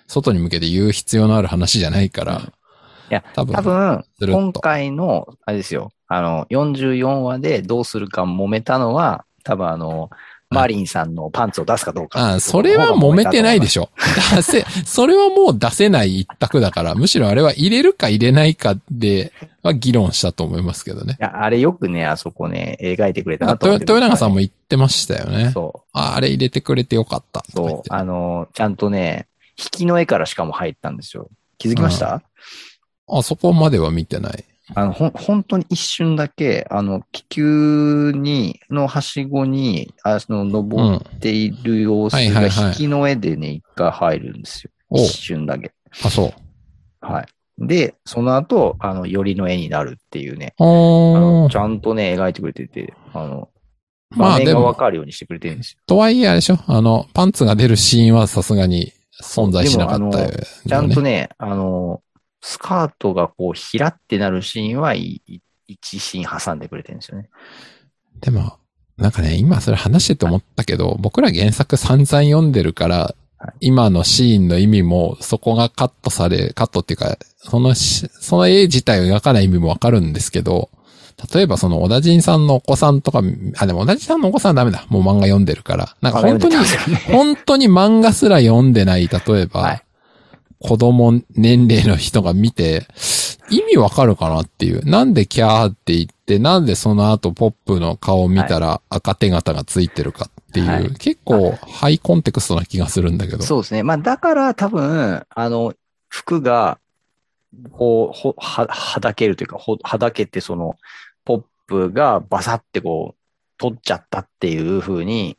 外に向けて言う必要のある話じゃないから、いや、多分、多分、ずるっと今回の、あれですよ、あの、44話でどうするか揉めたのは、多分あの、マリンさんのパンツを出すかどうか。あそれは揉めてないでょ。し ょ。出せ、それはもう出せない一択だから、むしろあれは入れるか入れないかでは議論したと思いますけどね。いや、あれよくね、あそこね、描いてくれたなんなかと思って豊豊永さんも。も言ってましたよね。そああれ入れてくれてよかったう、とか言そっう、て。あの、ちゃんとね、引きの絵からしかも入ったんですよ。気づきました、あそこまでは見てない。あの、ほん、本当に一瞬だけ、あの、気球に、のはしごに、あの、う登っん。ている様子はいが、はいはい引きの絵でね、一回入るんですよ。お一瞬だけ。あ、そう。はい。で、その後、あの、よりの絵になるっていうね。あおのーちゃんとね、描いてくれてて、あの、ま場あ面でがもわ、かるようにしてくれてるんですよ。とはいえあれでしょあの、パンツが出るシーンはさすがに存在しなかったよ、でね。ちゃんとね、あの、スカートがこう、ひらってなるシーンは、いい一シーン挟んでくれてるんですよね。でも、なんかね、今それ話してて思ったけど、僕ら原作散々読んでるから、はい今のシーンの意味も、そこがカットされ、カットっていうか、そのし、その絵自体を描かない意味もわかるんですけど、例えばその小田人さんのお子さんとか、あ、でも小田人さんのお子さんはダメだ。もう漫画読んでるから。なんか本当に、あれ見てますよね本当に漫画すら読んでない、例えば、はい子供年齢の人が見て、意味わかるかなっていう。なんでキャーって言って、なんでその後ポップの顔を見たら赤手形がついてるかっていう、はい結構ハイコンテクストな気がするんだけど。そうですね。まあ、だから多分、あの、服が、こう、ほ、は、はだけるというか、ほ、はだけて、その、ポップがバサってこう、取っちゃったっていう風に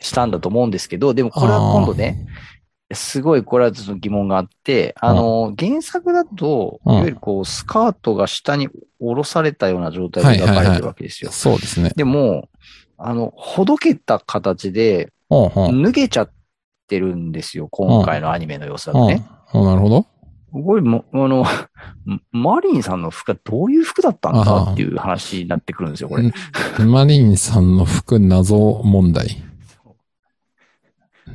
したんだと思うんですけど、でもこれは今度ね、すごい、これはちょっと疑問があって、あの、原作だと、いうんわゆるこう、スカートが下に下ろされたような状態で描かれてるわけですよ。そうですね。でも、あの、ほどけた形で、うんうん。脱げちゃってるんですよ、今回のアニメの様子だとうんね。うんなるほど。これも、あの、 マリンさんの服がどういう服だったんあだはっていう話になってくるんですよ、これ。うんマリンさんの服謎問題。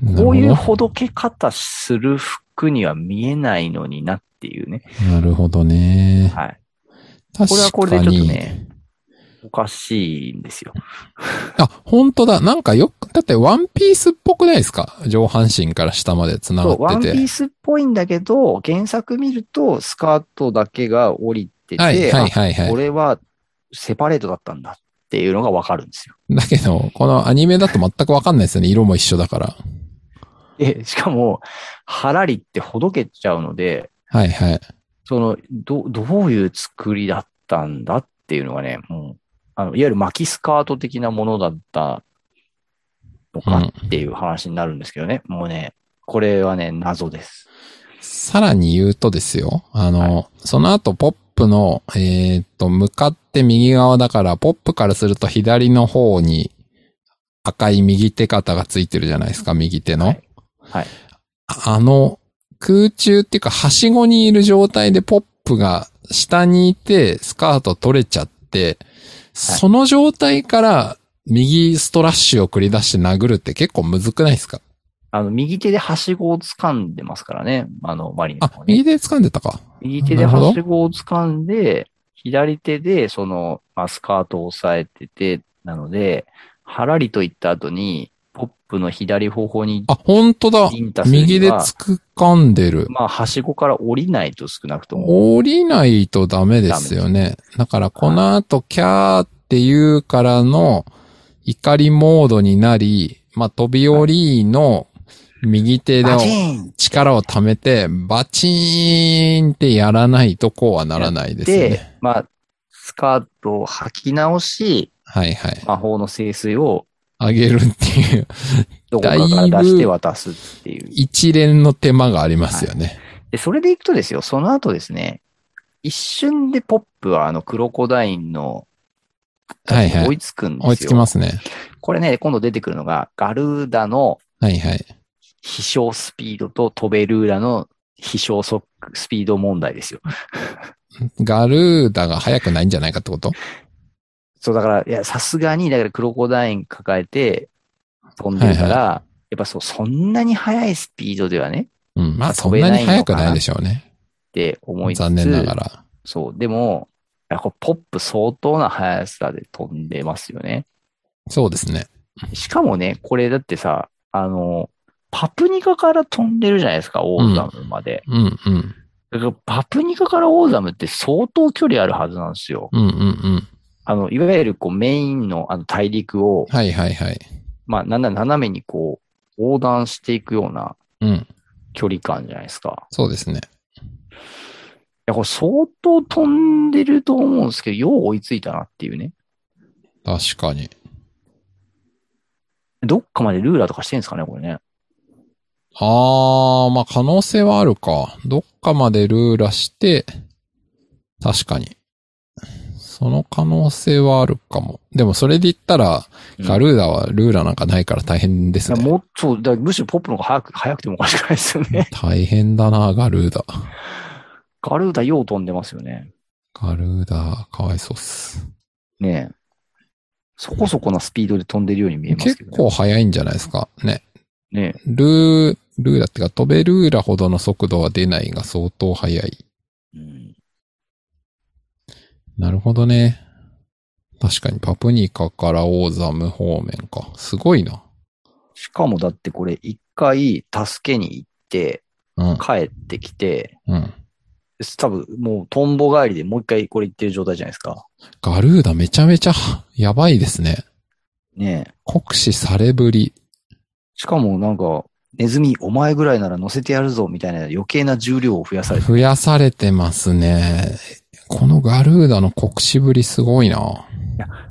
なるほどこういうほどけ方する服には見えないのになっていうね。なるほどね。はい。確かこに。れはこれでちょっとねおかしいんですよ。あ、本当だ。なんかよく、だってワンピースっぽくないですか上半身から下まで繋そがう、ワっンピてて。ースっぽいんだけど、原作見るとスカートだけが降りてて、はいはいはいはあいこ。れはセパレートだったんだっていうのがわかるんですよ。 だけど、このアニメだと全くわかんないですよね。色も一緒だから。え、しかも、ハラリってほどけちゃうので、はいはい。その、ど、どういう作りだったんだっていうのがね、もう、あの、いわゆる巻きスカート的なものだったのかっていう話になるんですけどね。もうね、これはね、謎です。さらに言うとですよ。あの、その後ポップの、えーっと、向かって右側だから、ポップからすると左の方に赤い右手方がついてるじゃないですか。右手の。はいはいああの、空中っていうか、はしごにいる状態でポップが下にいて、スカート取れちゃって、その状態から右ストラッシュを繰り出して殴るって結構むずくないですかあの、右手ではしごを掴んでますからね。あの、マリンさんあは、ね右手掴んでたか。右手なでるほどはしごを掴んで、左手でその、まあ、スカートを押さえてて、なので、はらりと言った後に、ポップの左方向にあ、本当だビンタするには右で掴んでる。まあ、はしごから降りないと少なくとも。降りないとダメですよね。だから、この後、キャーって言うからの怒りモードになり、まあ、飛び降りの右手バのチーン力を貯めて、バチーンってやらないとこうはならないですよで、ね。まあ、スカートを履き直し、はいはい。魔法の聖水をあげるっていう、どこかから出して渡すっていう。一連の手間がありますよね。で、それでいくとですよ、その後ですね、一瞬でポップはあのクロコダインのはいはい追いつくんですよ。追いつきますね。これね、今度出てくるのが、ガルーダのはいはい。飛翔スピードとトベルーラの飛翔速スピード問題ですよ。ガルーダが速くないんじゃないかってことそう、だから、いや、さすがに、だからクロコダイン抱えて飛んでるから、はいやっぱそう、そんなに速いスピードではね、うん。まあ、そんなに速くないでしょうね。って思いつつ、残念ながら。そう、でも、いやこれポップ相当な速さで飛んでますよね。そうですね。しかもね、これだってさ、あの、パプニカから飛んでるじゃないですか、オーザムまで。うんうん。だからパプニカからオーザムって相当距離あるはずなんですよ。うんうんうん。あの、いわゆるこうメインのあの大陸を、はいはいはい。まあ、なんなら斜めにこう、横断していくようなうん。距離感じゃないですか。そうですね。いや、これ相当飛んでると思うんですけど、よう追いついたなっていうね。確かに。どっかまでルーラーとかしてるんですかね、これね。あー、まあ可能性はあるか。どっかまでルーラして、確かに。その可能性はあるかも。でもそれで言ったら、うんガルーダはルーラなんかないから大変ですいやね。もっと、だからむしろポップの方が早く、早くてもおかしくないですよね。大変だな、ガルーダ。ガルーダよう飛んでますよね。ガルーダ、かわいそうっす。ねえ。そこそこなスピードで飛んでるように見えますけ結どね。構早いんじゃないですか。ね。ねえ。ルー、ルーラってか、飛べルーラほどの速度は出ないが相当速い。うんなるほどね。確かにパプニカからオーザム方面か。すごいな。しかもだってこれ一回助けに行って、うん。帰ってきて、うん。多分もうトンボ帰りでもう一回これ行ってる状態じゃないですか。ガルーダめちゃめちゃやばいですね。ねえ。酷使されぶり。しかもなんか、ネズミお前ぐらいなら乗せてやるぞみたいな余計な重量を増やされて、増やされてますね。このガルーダの酷使ぶりすごいな。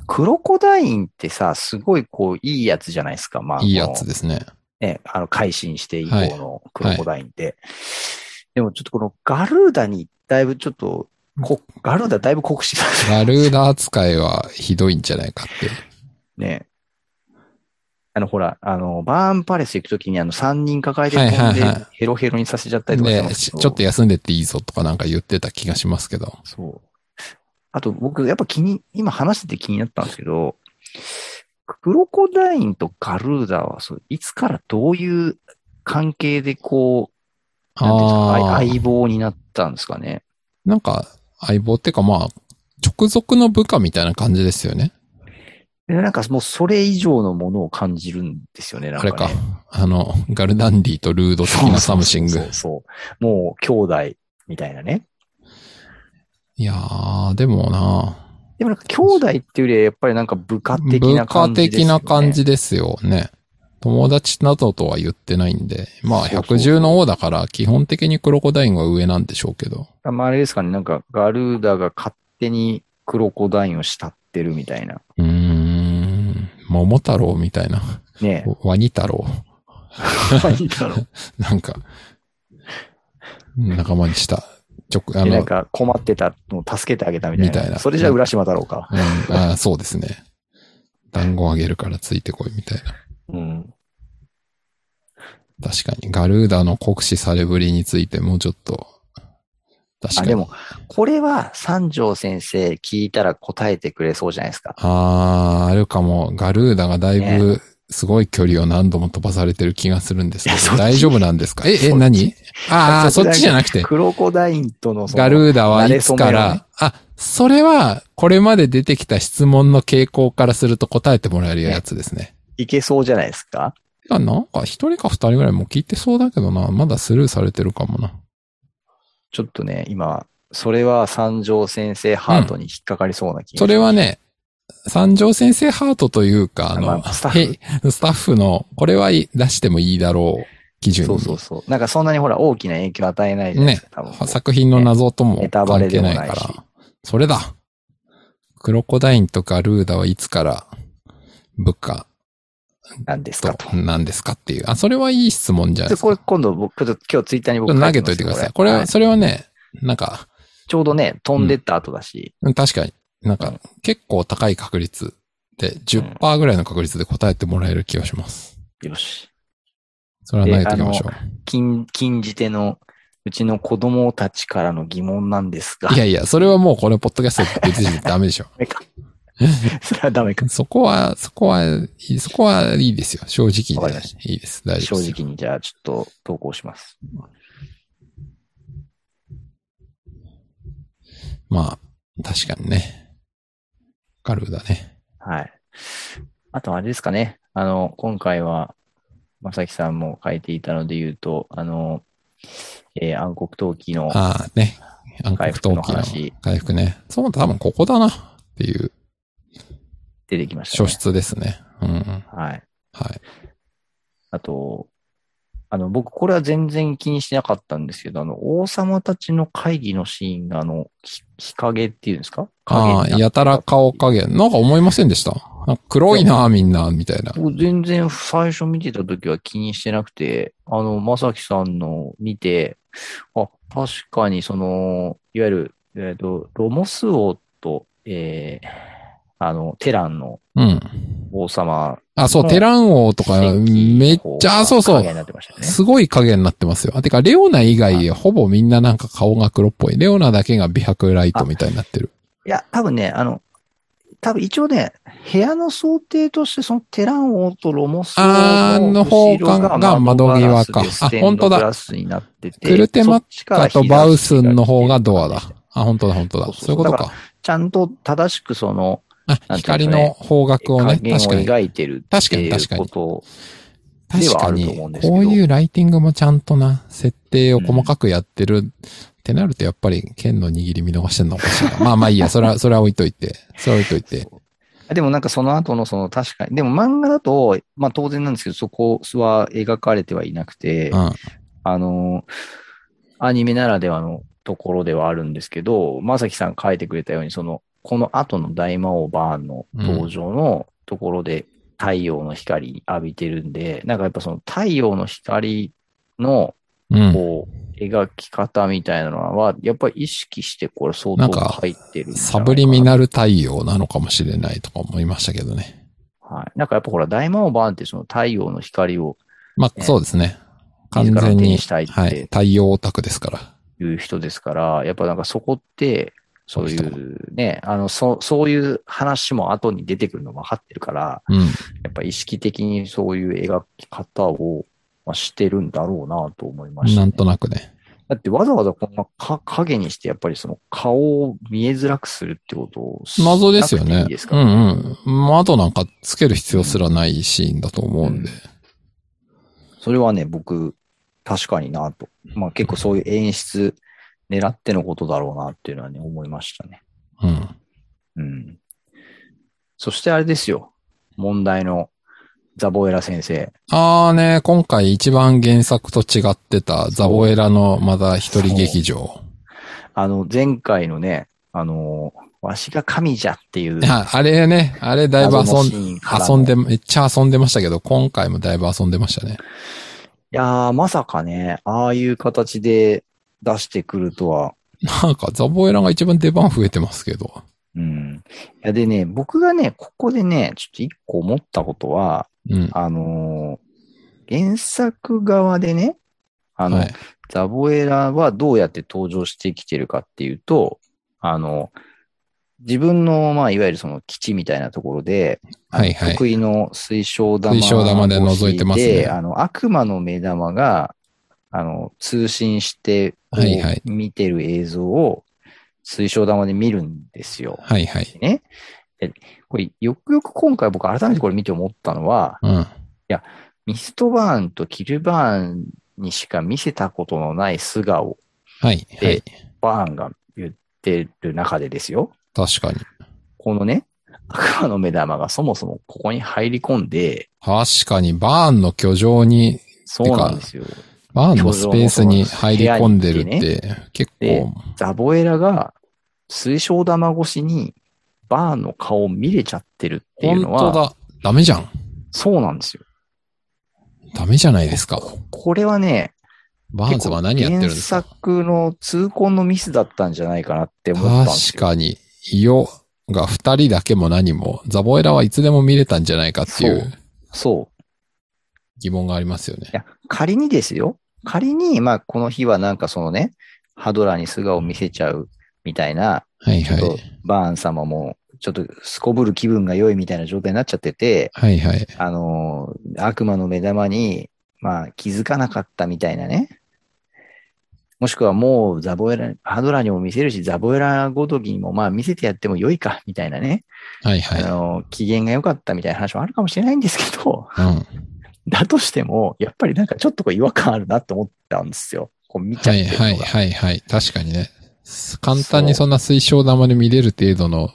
クロコダインってさ、すごいこういいやつじゃないですか。まあ、いいやつですね。ね、あの、改心して以降のクロコダインって。でもちょっとこのガルーダにだいぶちょっと、こガルーダだいぶ酷使だね。ガルーダ扱いはひどいんじゃないかって。ね。あの、ほら、あの、バーンパレス行くときにあの、3人抱えてはい飛はいんではい、ヘロヘロにさせちゃったりとかしてまで、すちけどょっと休んでっていいぞとかなんか言ってた気がしますけど。そう。あと僕、やっぱ気に、今話してて気になったんですけど、クロコダインとガルーダは、そういつからどういう関係でこう、なんていうんですあかー相相棒になったんですかね。なんか、相棒っていうかまあ、直属の部下みたいな感じですよね。でなんかもうそれ以上のものを感じるんですよね、なんあか、ね。れか。あの、ガルダンディとルード的なサムシングそう。そうそう。もう兄弟みたいなね。いやー、でもなでもなんか兄弟っていうよりはやっぱりなんか部下的な部下感じです的よね。な感じですよね。友達などとは言ってないんで。まあ、そうそうそう110の王だから、基本的にクロコダインは上なんでしょうけど。まあ、あれですかね、なんかガルーダが勝手にクロコダインを慕ってるみたいな。うーん、桃太郎みたいな。 ねワニ太郎。え。何だろう。なんか、仲間にした。直、あで、なのん、か困ってたのを助けてあげたみたいな。みたいなそれじゃ浦島太郎か。うん、あーそうですね。団子あげるからついてこいみたいな。うん。確かに。ガルーダの酷使されぶりについてもうちょっと。確かあ、に。でも、これは三条先生聞いたら答えてくれそうじゃないですか。あー、あるかも。ガルーダがだいぶすごい距離を何度も飛ばされてる気がするんですけいやそど、っち大丈夫なんですかえ、そっえ、ち何あー、そそっっちちじゃなくて。クロコダインとのその、ガルーダはいつか慣れ初めをねら、あ、それは、これまで出てきた質問の傾向からすると答えてもらえるやつですね。いけそうじゃないですかてか、なんか一人か二人ぐらいもう聞いてそうだけどな。まだスルーされてるかもな。ちょっとね、今、それは三条先生ハートに引っかかりそうな気がそれはね、三条先生ハートというか、あの、まあスタッへスタッフの、これはい出してもいいだろう基準に。そうそうそう。なんかそんなにほら大きな影響与えないじゃないですか、多分。作品の謎ともネタバ関レ係でもなないいしから。それだクロコダインとかルーダはいつから部下なんですかと。となんですかっていう。あ、それはいい質問じゃないでですこか。れ今度僕、ちょっと今日ツイッターに僕ちょっと書投てげまとすいてください。ここれれはは、いそれはね、なんか、ちょうどね、飛んでった後だし、うん確かに、なんかうん、結構高い確率で、10%ぐらいの確率で答えてもらえる気がします。よし。それは投げていきましょ禁、禁じ手の、うちの子供たちからの疑問なんですがう。い。やいや、それはもうこれ、ポッドキャストで別にダメでし ょ。ダメか。それはダメか。そこは、そこは、いいそこはいいですよ。正直わでかりまし。いいです。 大丈正夫ですよ。直に、じゃあ、ちょっと投稿します。まあ、確かにね。ガルーだね。はい。あと、あれですかね。あの、今回は、まさきさんも書いていたので言うと、あの、えー暗黒陶器の、ああ、ね。暗黒陶器の回復の話回復ね。そう、多分ここだな。っていう、出てきました書ね。室ですね。うん。はい。はい。あと、あの、僕、これは全然気にしなかったんですけど、あの、王様たちの会議のシーンが、あの、ひ日陰っていうんですかあ影になっあ、てたやたら顔影。なんか思いませんでしたなんか黒いな、みんな、みたいな。僕全然最初見てた時は気にしてなくて、あの、まさきさんの見て、あ、確かにその、いわゆる、えっ、と、ロモス王と、えー、あの、テランのうん。王様あ、そう、もうテラン王とか、めっちゃ、あそうそう影。になってましたね。すごい影になってますよ。あてか、レオナ以外、ほぼみんななんか顔が黒っぽい。レオナだけが美白ライトみたいになってる。いや、多分ね、あの、多分一応ね、部屋の想定として、そのテラン王とロモス王あーのの方後ろがが窓際かガラスでステンあ本当だドグラスになっててクルテマッカあと、バウスンの方がドアだ。あ、本当だ、本当だ。そうそうそういうことか。ちゃんと正しくその、あ、なんてい光うんですかねの方角を加ね、減を確かに。描いてるっ確かていに、う確かこに。とを、で確はかあるとに思うん、ですけどこういうライティングもちゃんとな、設定を細かくやってる。ってなると、やっぱり、剣の握り見逃してんのか しら。まあまあいいや、それは、それは置いといて。それは置いといて。そうでもなんかその後のその確かに、でも漫画だと、まあ当然なんですけど、そこは描かれてはいなくてう、ん。あの、アニメならではのところではあるんですけど、まさきさん書いてくれたように、その、この後の大魔王バーンの登場のところで太陽の光浴びてるんで、なんかやっぱその太陽の光のうん。こう、描き方みたいなのは、やっぱり意識してこれ相なん当か入ってるんじゃないかサな。ブリミナル太陽なのかもしれないとか思いましたけどね。はい。なんかやっぱほら、大魔王バーンってその太陽の光をまあ、ねそうですね。完自ら全の手に、にしたいってはい。太陽オタクですから。いう人ですから、やっぱなんかそこって、そういうね、あの、そ、そういう話も後に出てくるの分かってるから、うん。やっぱ意識的にそういう描き方を、まあ、してるんだろうなと思いました、なねん。となくね。だってわざわざこんなか影にして、やっぱりその顔を見えづらくするってことをし謎ですよなくてね。いいですうからんうん。窓なんかつける必要すらないシーンだと思うんで。それはね、僕、確かになと。まあ結構そういう演出狙ってのことだろうなっていうのはね、思いましたね。うん。うん。そしてあれですよ。問題のザボエラ先生。あーね、今回一番原作と違ってたザボエラのまだ一人劇場。あの、前回のね、あのーわしが神じゃっていう。ああれね、あれだいぶ遊謎のシんーンからの遊んで、めっちゃ遊んでましたけど、今回もだいぶ遊んでましたね。いやー、まさかね、ああいう形で出してくるとは。なんかザボエラが一番出番増えてますけど。うん。いや、でね、僕がね、ここでね、ちょっと一個思ったことは、うん。あのー原作側でね、あの、はいザボエラはどうやって登場してきてるかっていうと、あの、自分の、まあ、いわゆるその基地みたいなところで、あのはいはい得意の水晶玉を水晶玉で覗いてますね引てあの、悪魔の目玉が、あの、通信して、こうはいはい見てる映像を水晶玉で見るんですよ。はいはい。ね。でこれ、よくよく今回僕改めてこれ見て思ったのは、うん。ミストバーンとキルバーンにしか見せたことのない素顔、はい、はいで。バーンが言ってる中でですよ。確かに。このね、悪魔の目玉がそもそもここに入り込んで、確かに、バーンの居城に、そうなんですよ。バーンのスペースに入り込んでるって、結構、ザボエラが水晶玉越しにバーンの顔を見れちゃってるってい本うの当は、だ。ダメじゃん。そうなんですよ。ダメじゃないですか。これはね、バーンズは何やってるんですか結構原作の痛恨のミスだったんじゃないかなって思ったんです確よ。かに、イオが二人だけも何も、ザボエラはいつでも見れたんじゃないかっていそうそう。疑問がありますよいね。や、仮にですよ。仮に、まあ、この日はなんかそのね、ハドラーに素顔を見せちゃうみたいな、はいちょはっい。とバーン様も、ちょっとすこぶる気分が良いみたいな状態になっちゃってて、はいはい。あのー悪魔の目玉に、まあ、気づかなかったみたいなね。もしくはもうザボエラ、ハドラーにも見せるし、ザボエラごときにもまあ見せてやっても良いか、みたいなね。はいあはのー機嫌が良かったみたいな話もあるかもしれないんですけど、 い。うん。だとしても、やっぱりなんかちょっとこう違和感あるなって思ったんですよ。こう見ちはゃっているのが。はいはいはい。確かにね。簡単にそんな水晶玉で見れる程度の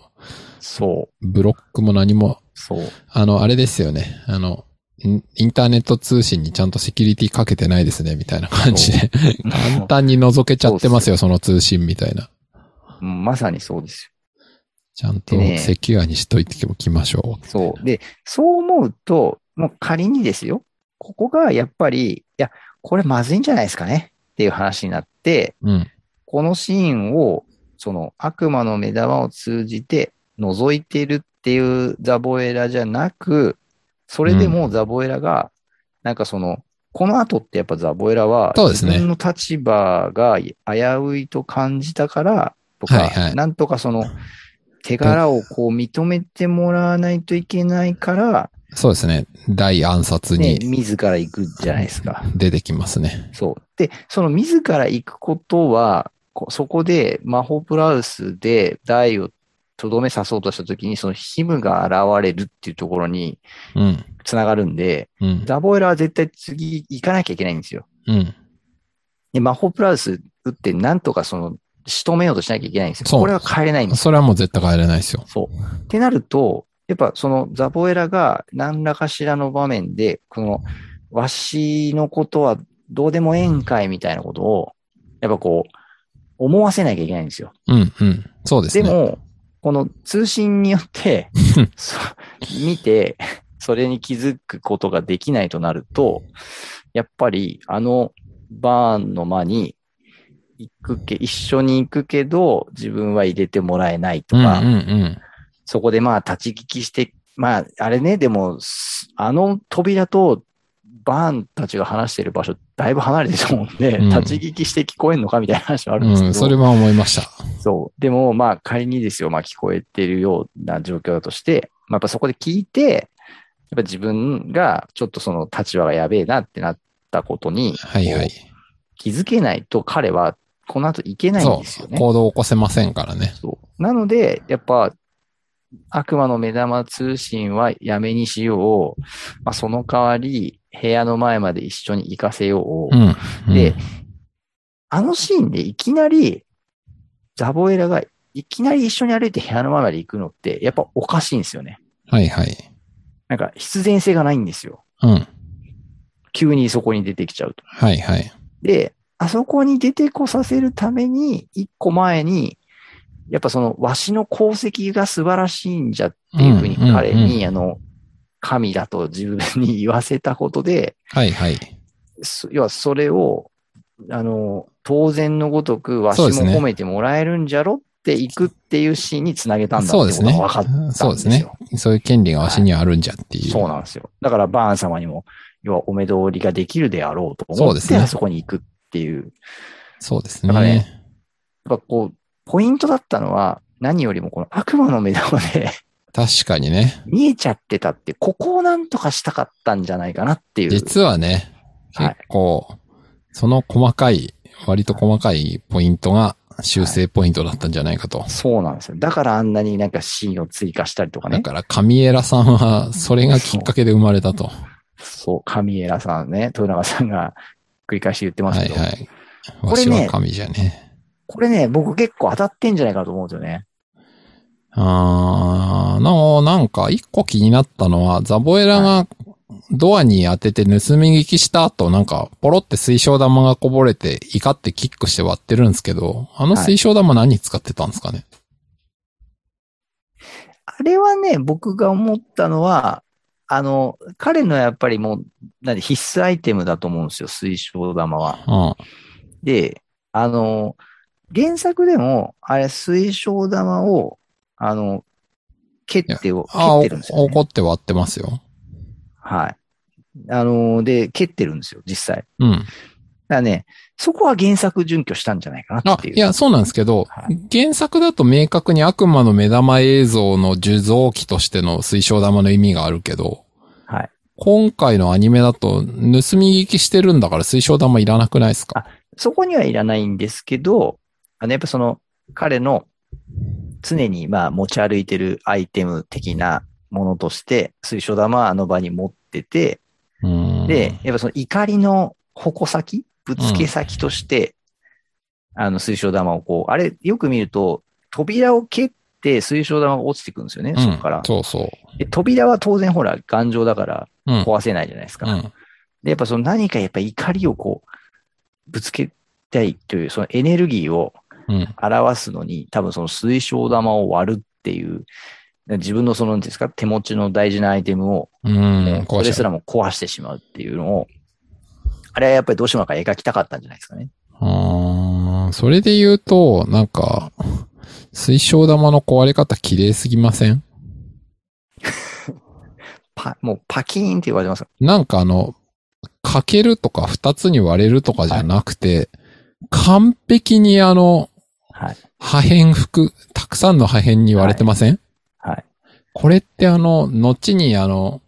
そう、ブロックも何も、そう。あの、あれですよね。あの、インインターネット通信にちゃんとセキュリティかけてないですね、みたいな感じで。簡単に覗けちゃってますよ、その通信みたいな。うん まさにそうですちゃんとでねセキュアにしといておきましょよ。そう。で、そう思うと、もう仮にですよ、ここがやっぱり、いや、これまずいんじゃないですかねっていう話になって、う。うん。このシーンを、その悪魔の目玉を通じて覗いてるっていうザボエラじゃなく、それでもザボエラが、なんかその、この後ってやっぱザボエラは、そうですね自分の立場が危ういと感じたから、とか、はいはいなんとかその、手柄をこう認めてもらわないといけないから、そうですね。大暗殺ね、に自ら行くじゃないですか。出てきますね。そう。で、その自ら行くことは、こそこで魔法プラウスで台をとどめさそうとしたときに、そのヒムが現れるっていうところにうん。つながるんで、うん。ザボエラは絶対次行かなきゃいけないんですよ。うん。で、魔法プラウス打ってなんとかその仕留めようとしなきゃいけないんですよ。そうこれは変えないんですよ。それはもう絶対帰れないですよ。そう。ってなると、やっぱそのザボエラが何らかしらの場面で、このわしのことはどうでもええんかいみたいなことを、やっぱこう、思わせなきゃいけないんですよ。うん、うん。そうですでね。も、この通信に よって、そ見て、それに気づくことができないとなると、やっぱりあのバーンの間に行くけ、一緒に行くけど、自分は入れてもらえないとうん、うか、ん、そこでまあ立ち聞きして、まああれね、でも、すあの扉とバーンたちが話してる場所、だいぶ離れてると思うんで、うん立ち聞きして聞こえんのかみたいな話はあうるんですん。けうん、ど、それは思いました。そう。でもまあ仮にですよ、まあ聞こえてるような状況だとして、まあやっぱそこで聞いて、やっぱ自分がちょっとその立場がやべえなってなったことにはいはこ。いう気づけないと彼はこの後いけないんそですよう。ね。行動を起こせませんからね。そう。なので、やっぱ、悪魔の目玉通信はやめにしよう。まあ、その代わり、部屋の前まで一緒に行かせようう。ん。うんで、あのシーンでいきなり、ザボエラがいきなり一緒に歩いて部屋の前まで行くのって、やっぱおかしいんですよね。はいはい。なんか必然性がないんですよ。うん。急にそこに出てきちゃうと。はいはい。で、あそこに出てこさせるために、一個前に、やっぱその、わしの功績が素晴らしいんじゃっていうふうに彼うんうんうに、あの、神だと自分に言わせたことで、はいはい。そ要はそれを、あの、当然のごとく、わしそうもですね褒めてもらえるんじゃろっていくっていうシーンにつなげたんだそうっでてこすとがね分かったんで。すそよ。うですね。そういう権利がわしにはあるんじゃっていう。そうなんですよ。だからバーン様にも、要はお目通りができるであろうと思そうっですて、ねあそこに行くっていう。そうですだからね。やっぱこう、ポイントだったのは、何よりもこの悪魔の目玉で 確かにね。見えちゃってたって、ここをなんとかしたかったんじゃないかなっていう。実はね、はい結構、その細かい、割と細かいポイントが、修正ポイントだったんじゃないかと。そうなんですよ。だからあんなになんかシーンを追加したりとかだね。から、神エラさんは、それがきっかけで生まれたと。そう、神エラさんね、豊永さんが繰り返し言ってますはけいど、はい。こわれしねは神じゃね。これね、僕結構当たってんじゃないかと思うんですよね。あー、の、なんか、一個気になったのは、ザボエラがドアに当てて盗み聞きした後、なんか、ポロって水晶玉がこぼれて、怒ってキックして割ってるんですけど、あの水晶玉何に使ってたんですかね。あれはね、僕が思ったのは、あの、彼のやっぱりもう、なんで必須アイテムだと思うんですよ、水晶玉は。で、あの、原作でも、あれ、水晶玉を、あの、蹴ってうを、ん。あ蹴っーてるんですよ、おね。怒って割ってますよ。はい。あの、で、蹴ってるんですよ、実際。うん。だからね、そこは原作準拠したんじゃないかなあっ、ていう。いや、そうなんですけど、は原作だと明確に悪魔の目玉映像の受像機としての水晶玉の意味があるけど、はい。今回のアニメだと、盗み聞きしてるんだから水晶玉いらなくないですかそこにはいらないんですけど、あの、やっぱその、彼の常にまあ持ち歩いてるアイテム的なものとして、水晶玉はあの場に持ってて、うーんで、やっぱその怒りの矛先、ぶつけ先として、あの水晶玉をこう、あれ、よく見ると、扉を蹴って水晶玉が落ちてくるんですよね、うんそこから。そうそで扉は当然ほら、頑丈だからう。うん。壊せないじゃないですか。うん。で、やっぱその何かやっぱ怒りをこう、ぶつけたいという、そのエネルギーをうん。表すのに、多分その水晶玉を割るっていう、自分のその、なんていうんですか、手持ちの大事なアイテムを、うん。そ壊れしすた。らも壊してしまうっていうのを、あれはやっぱりどうしてもなんか描きたかったんじゃないですかね。あーそれで言うと、なんか、水晶玉の壊れ方綺麗すぎませんパもうパキーンって言われてますかなんかあの、かけるとか二つに割れるとかじゃなくて、完璧にあの、らはい。破片服、たくさんの破片に割れてません、はい。これってあの、後にあの、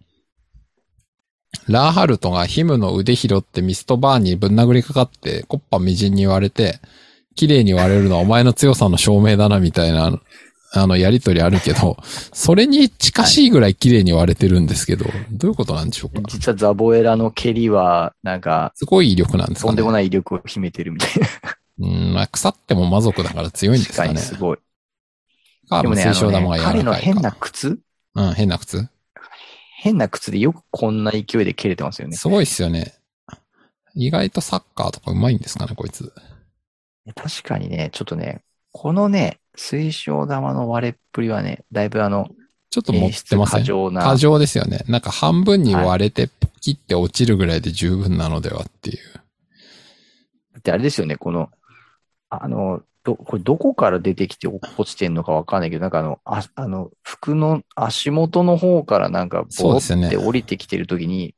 ラーハルトがヒムの腕拾ってミストバーンにぶん殴りかかって、コッパみじんに割れて、綺麗に割れるのはお前の強さの証明だなみたいな、あの、やりとりあるけど、それに近しいぐらい綺麗に割れてるんですけど、どういうことなんでしょうか実はザボエラの蹴りは、なんか、すごい威力なんですとかんねでも。ない威力を秘めてるみたいな。うん、まあ腐っても魔族だから強いんですか確かね。にすごい。かでもね、あ水晶の玉ねが柔らかい彼かの変な靴うん、変な靴。変な靴でよくこんな勢いで蹴れてますよね。すごいっすよね。意外とサッカーとか上手いんですかね、こいつ。確かにね、ちょっとね、このね、水晶玉の割れっぷりはね、だいぶあの、ちょっと持ってません。演出過剰な過剰ですよね。なんか半分に割れて、ポキって落ちるぐらいで十分なのではっていう。だってあれですよね、この、あの、ど、これどこから出てきて落ちてんのかわかんないけど、なんかあの、ああの、服の足元の方からなんか、そうボロですよねって降りてきてるときに、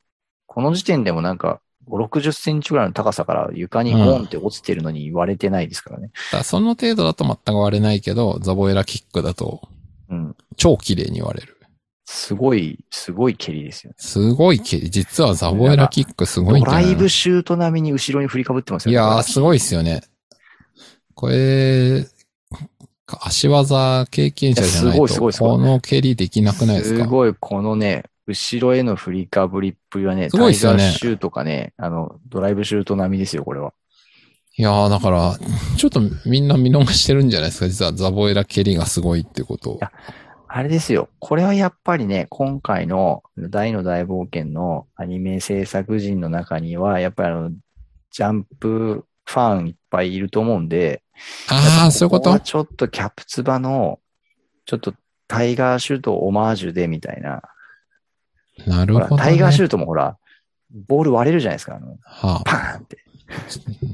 この時点でもなんか、5、60センチぐらいの高さから床にボンって落ちてるのに割れてないですからね。だからその程度だと全く割れないけど、ザボエラキックだとうん。超綺麗に割れる。すごい、すごい蹴りですよね。すごい綺麗。実はザボエラキックすごいんドじゃなラいイブシュート並みに後ろに振りかぶってますよいね。やー、すごいっすよね。これ、足技経験者じゃないいと、やすごいすごいすごこいの蹴りできなくないですかごい、このね、後ろへの振りかぶりっぷりはね、すごいですよねタイガーシュートかね、あの、ドライブシュート並みですよ、これは。いやー、だから、ちょっとみんな見逃してるんじゃないですか実はザボエラ蹴りがすごいってことをやあれですよ。これはやっぱりね、今回の大の大冒険のアニメ制作陣の中には、やっぱりあの、ジャンプファンいっぱいいると思うんで、ああ、そういうこやっとぱここはちょっとキャプツバの、ちょっとタイガーシュートオマージュでみたいな。なるほほら、ど、ね。タイガーシュートもほら、ボール割れるじゃないですか。あのはあ、パーンって。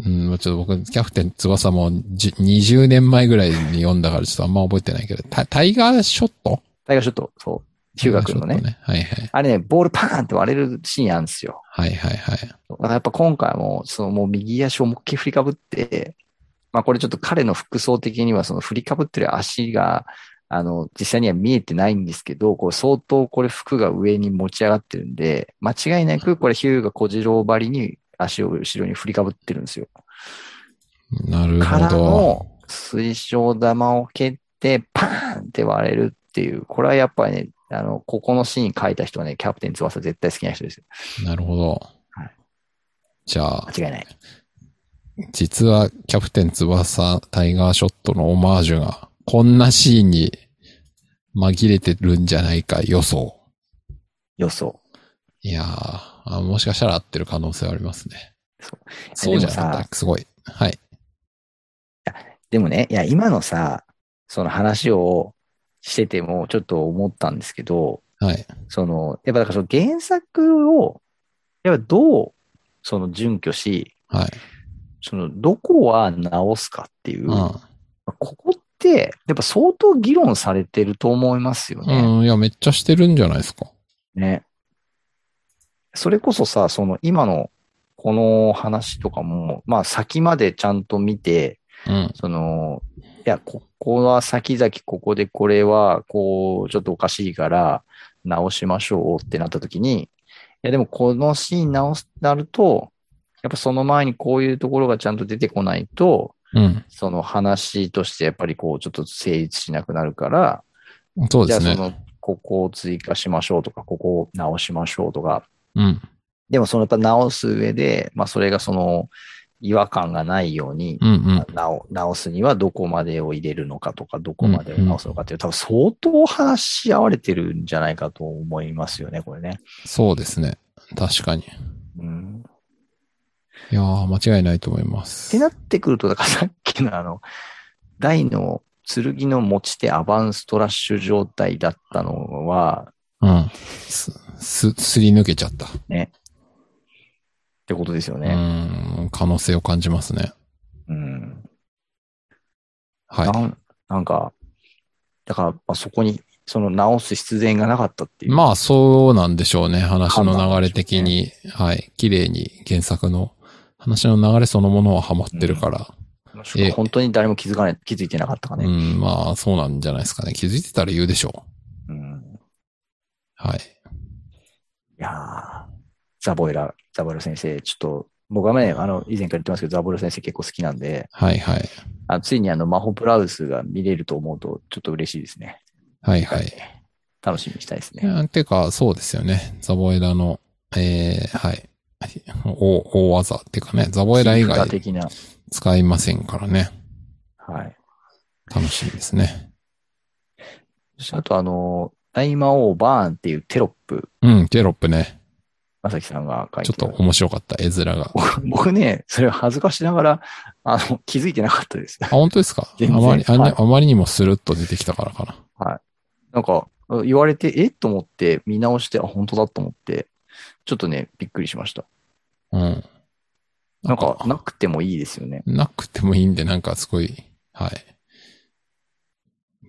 うん、ちょっと僕、キャプテン翼もじ20年前ぐらいに読んだからちょっとあんま覚えてないけど、タタイガーショットタイガーシュート、そう。ヒューガ君のねタイ。ガーショットはいはい。あれね、ボールパーンって割れるシーンあるんですよ。はいはいはい。だからやっぱ今回も、そのもう右足を思いっきり振りかぶって、まあこれちょっと彼の服装的にはその振りかぶってる足が、あの、実際には見えてないんですけど、こう相当これ服が上に持ち上がってるんで、間違いなくこれヒューが小次郎ばりに足を後ろに振りかぶってるんですよ。なるからほど。の、水晶玉を蹴って、パーンって割れるっていう、これはやっぱりね、あの、ここのシーン書いた人はね、キャプテン翼絶対好きな人ですよ。なるほどはい。じゃあ、間違いない。実はキャプテン翼タイガーショットのオマージュが、こんなシーンに紛れてるんじゃないか予想。予想。いやーあ、もしかしたら合ってる可能性はありますね。そうそうじゃなでかもった。すごい。はい。でもね、いや、今のさ、その話をしてても、ちょっと思ったんですけど、はい。その、やっぱだからその原作を、やっぱどう、その準拠し、はい。その、どこは直すかっていう、うここって、やっぱ相当議論されてると思いますよね。ん。うん。いや、めっちゃしてるんじゃないですか。ね。それこそさ、その今のこの話とかも、まあ先までちゃんと見て、うん。その、いや、ここは先々ここでこれは、こう、ちょっとおかしいから直しましょうってなった時に、いやでもこのシーン直す、なると、やっぱその前にこういうところがちゃんと出てこないと、うん。その話としてやっぱりこうちょっと成立しなくなるから、そうじでゃあすそね。の、ここを追加しましょうとか、ここを直しましょうとか、うん。でもそのやっぱ直す上で、まあそれがその違和感がないように、うんうん。直直すにはどこまでを入れるのかとか、どこまでを直すのかっていう、多分相当話し合われてるんじゃないかと思いますよね、これね。そうですね。確かに。いうん、やー、間違いないと思いまっす。てなってくると、だからさっきのあの、大の剣の持ち手アバンストラッシュ状態だったのは、うん。す、す、すり抜けちゃった。ってことですようね。ん。可能性を感じますね。うんはい。なんなんか、だから、まあ、そこに、その直す必然がなかったっていう。まあ、そうなんでしょうね。話の流れ的に。はい。綺麗に原作の話の流れそのものはハマってるから。もしくはええ本当に誰も気づかない、気づいてなかったかうね。ん。まあ、そうなんじゃないですかね。気づいてたら言うでしょう。うんはい。いやーザボエラ、ザボエラ先生、ちょっと、僕はね、あの、以前から言ってますけど、ザボエラ先生結構好きなんで、はいはい。あついにあの、マホプラウスが見れると思うと、ちょっと嬉しいですね。はいはい。楽しみにしたいですいね。やてか、そうですよね。ザボエラの、えー、はい。大、大技っていうかね、ザボエラ以切り札外的な。使いませんからね。はい。楽しみですね。そしてあとあの、大魔王バーンっていうテロップ、うん、テロップね。まさきさんが書いちょてっと面白かった、絵面が。あ、僕僕ね、それ恥ずかしながら、あの、気づいてなかったです。本当ですかあ全然まりあはいあまりにもスルッと出てきたからかな。なんか、言われて、えと思って、見直して、あ、本当だと思って、ちょっとね、びっくりしました。うん。なんか、なくてもいいですよね。なくてもいいんで、なんかすごい、はい。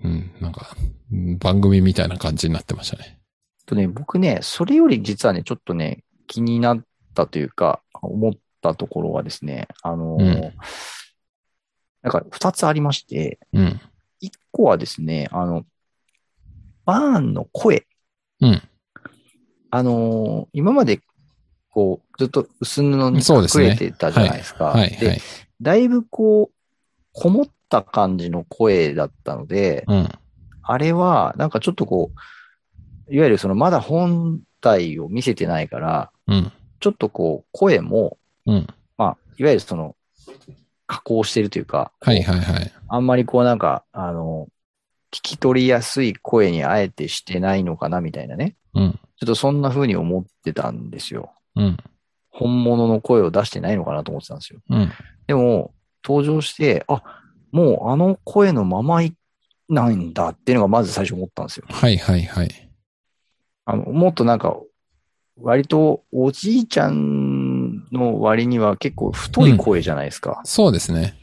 うん、なんか、うん番組みたいな感じになってましたね。とね、僕ね、それより実はね、ちょっとね、気になったというか、思ったところはですね、あのーうんなんか、二つありまして、うん。一個はですね、あの、バーンの声。うん。あのー今まで、こう、ずっと薄布にそうです隠ねれてたじゃないですか。はい、ではい。だいぶこう、こもった感じの声だったので、うん。あれは、なんかちょっとこう、いわゆるそのまだ本体を見せてないから、うん。ちょっとこう、声も、うん。まあ、いわゆるその、加工してるというか、はい、はい、はい。あんまりこうなんか、あの、聞き取りやすい声にあえてしてないのかなみたいなね。うん。ちょっとそんな風に思ってたんですよ。うん。本物の声を出してないのかなと思ってたんですよ。うん。でも、登場して、あ、もうあの声のままいないんだっていうのがまず最初思ったんですよ。はいはいはい。あの、もっとなんか、割とおじいちゃんの割には結構太い声じゃないですか。そうですね。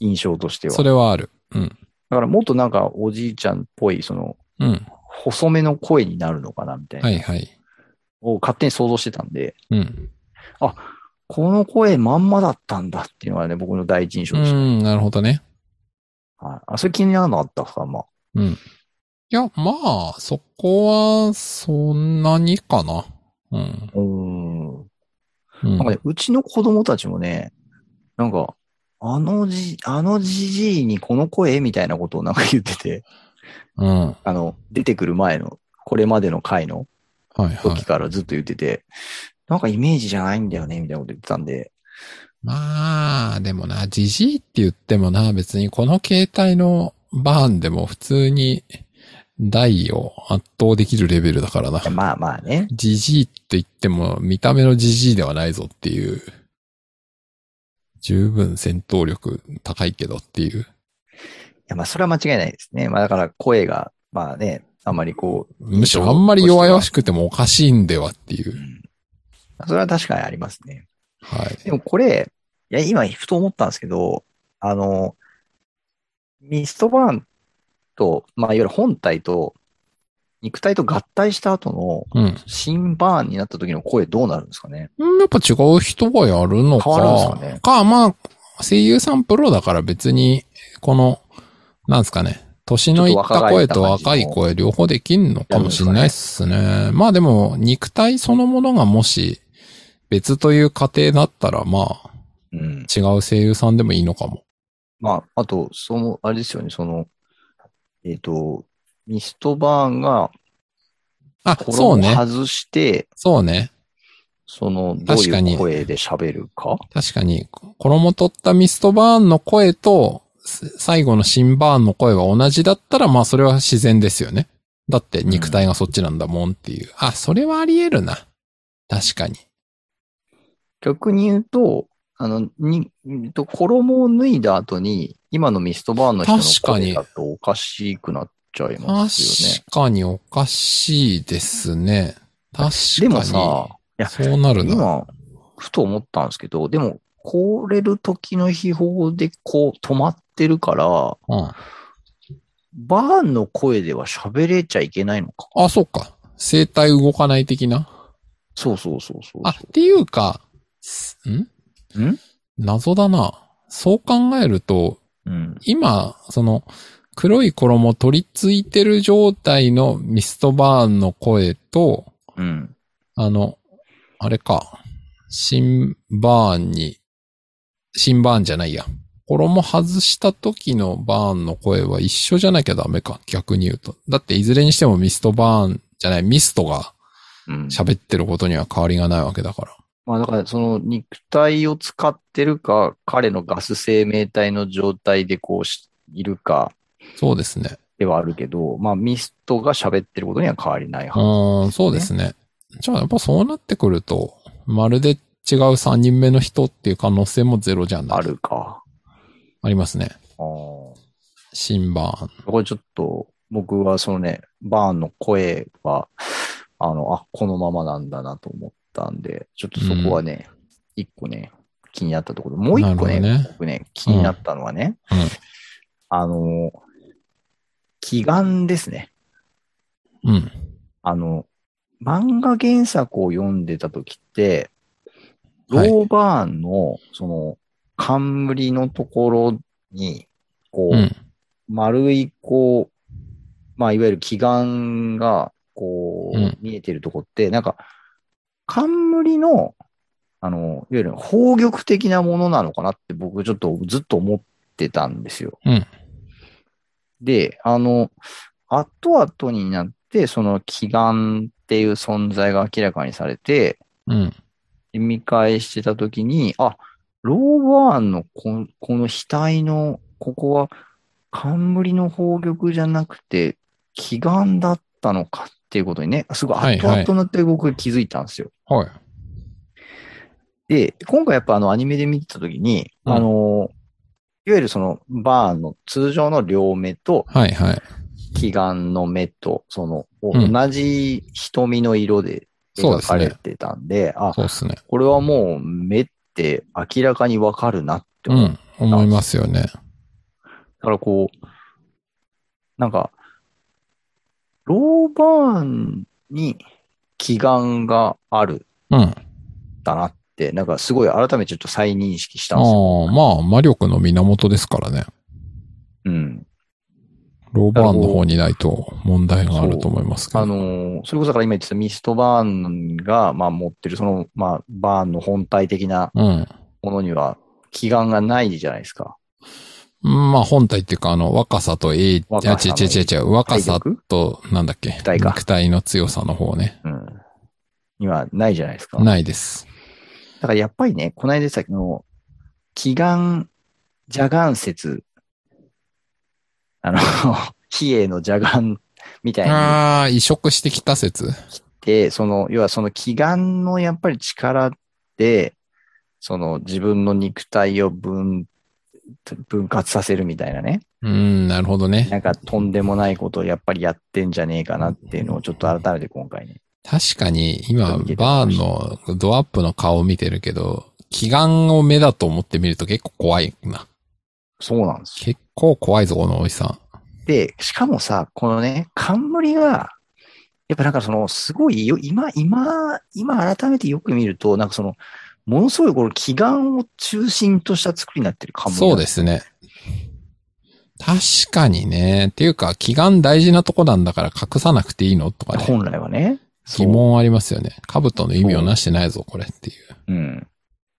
印象としては。それだはある。うん。からもっとなんかおじいちゃんっぽい、その、うん。細めの声になるのかなみたいな。はいはい。を勝手に想像してたんで、うん。この声まんまだったんだっていうのがね、僕の第一印象うでした。ん、なるほどね。はいあ、それ気にならなかったですか、まあ。うん。いや、まあ、そこは、そんなにかな。うん。うーん。うんなんかね、うちの子供たちもね、なんか、あのじ、あのじじいにこの声みたいなことをなんか言ってて、 うん。はあの、出てくる前の、これまでの回のいは時い。からずっと言ってて、なんかイメージじゃないんだよね、みたいなこと言ってたんで、まあ、でもな、ジジイって言ってもな、別にこの携帯のバーンでも普通に台を圧倒できるレベルだからな。まあまあね。ジジイって言っても見た目のジジイではないぞっていう。十分戦闘力高いけどっていう。いやまあそれは間違いないですね。まあだから声が、まあね、あんまりこう。むしろあんまり弱々しくてもおかしいんではっていうう。んそれは確かにありますね。はい。でもこれ、いや、今、ふと思ったんですけど、あの、ミストバーンと、まあ、いわゆる本体と、肉体と合体した後の、うん。新バーンになった時の声どうなるんですかねうんやっぱ違う人がやるのか。変わるんですかねまあ、声優さんプロだから別に、この、なんですかね、年のいった声と若い声両方できんのかもしれないっすね。まあでも、肉体そのものがもし、別という過程だったら、まあ、うん。違う声優さんでもいいのかも。まあ、あと、その、あれですよね、その、えっ、と、ミストバーンが、あ、これそうをね。外して、そうね。その、どう確かいにう声で喋るか確かに、衣取ったミストバーンの声と、す最後の新バーンの声が同じだったら、まあそれは自然ですよね。だって肉体がそっちなんだもんっていう。あ、それはあり得るな。確かに。逆に言うと、あの、に、うんと、衣を脱いだ後に、今のミストバーンの人の確かに声だとおかしくなっちゃいま確すよね。かにおかしいですね。確かに。でもさ、いや、そうなるな。今、ふと思ったんですけど、でも、凍れる時の秘宝でこう止まってるから、うん。バーンの声では喋れちゃいけないのか。あ、そうか。生体動かない的な。そうそうそうそう。あ、っていうか、すんん謎だな。そう考えると、うん。今、その、黒い衣取り付いてる状態のミストバーンの声と、うん。あの、あれか、新バーンに、新バーンじゃないや。衣外した時のバーンの声は一緒じゃなきゃダメか、逆に言うと。だっていずれにしてもミストバーンじゃない、ミストがうん。喋ってることには変わりがないわけだから。まあだからその肉体を使ってるか、彼のガス生命体の状態でこうしいるかそうですね。ではあるけど、まあミストが喋ってることには変わりないはずうん、そうですね。じゃあやっぱそうなってくると、まるで違う3人目の人っていう可能性もゼロじゃない。あ。るか。ありますね。あー新バーン。これちょっと僕はそのね、バーンの声は、あの、あ、このままなんだなと思ったんで、ちょっとそこはね、一、個ね、気になったところ。もう一個ね、なるほどね僕ね、気になったのはね、うんうんあの、祈願ですね。うん。あの、漫画原作を読んでた時って、ロはいーバーンの、その、冠のところに、こうう、ん。丸い、こう、まあ、いわゆる祈願が、こう、うん見えてるとこって、なんか、冠の、あの、いわゆる宝玉的なものなのかなって僕ちょっとずっと思ってたんですよ。うんで、あの、後々になって、その祈願っていう存在が明らかにされて、うん。見返してたときに、あ、ローバーンのここの額の、ここは冠の宝玉じゃなくて、祈願だったのかっていうことにね、すごはいい後はい々になって僕気づいたんですよ。はい。で、今回やっぱあのアニメで見てたときに、うんあの、いわゆるそのバーンの通常の両目とはいはい。祈願の目と、そのうん同じ瞳の色でそうで描すかれね。てたんで、あ、そうですね。これはもう目って明らかにわかるなってう思ん。う。思いますよね。だからこう、なんか、ローバーンに祈願があるうん。あんだなって、なんかすごい改めてちょっと再認識したあんですよ。ー、まあ、魔力の源ですからね。うん。ローバーンの方にないと問題があると思いますけど。あのーそれこそだから今言ってたミストバーンが、まあ持ってるその、まあ、バーンの本体的なうん。ものには祈願がないじゃないですか。まあ本体っていうか、あの、若さとえい、あ、若さ違のう違う違う違う、若さ体力と、なんだっけ、肉体かの強さの方ね。うん。今、ないじゃないですか。ないです。だからやっぱりね、この間言ってたけど、祈願、邪眼説、あの、 比叡の邪眼みたいにっああ、移植してきた説。て、その、要はその祈願のやっぱり力で、その自分の肉体を分、分割させるみたいなね。うーん、なるほどね。なんかとんでもないことをやっぱりやってんじゃねえかなっていうのをちょっと改めて今回ね。確かに、今、バーンのドアップの顔を見てるけど、祈願を目だと思ってみると結構怖いな。そうなんですよ。結構怖いぞ、このおじさん。で、しかもさ、このね、冠が、やっぱなんかその、すごいよ、今、今、今改めてよく見ると、なんかその、ものすごいこの祈願を中心とした作りになってる冠。。そうですすね。確かにね。っていうか、祈願大事なとこなんだから隠さなくていいのとかね。本来はね。疑問ありますよね。兜の意味をなしてないぞ、これっていう。そう。うん。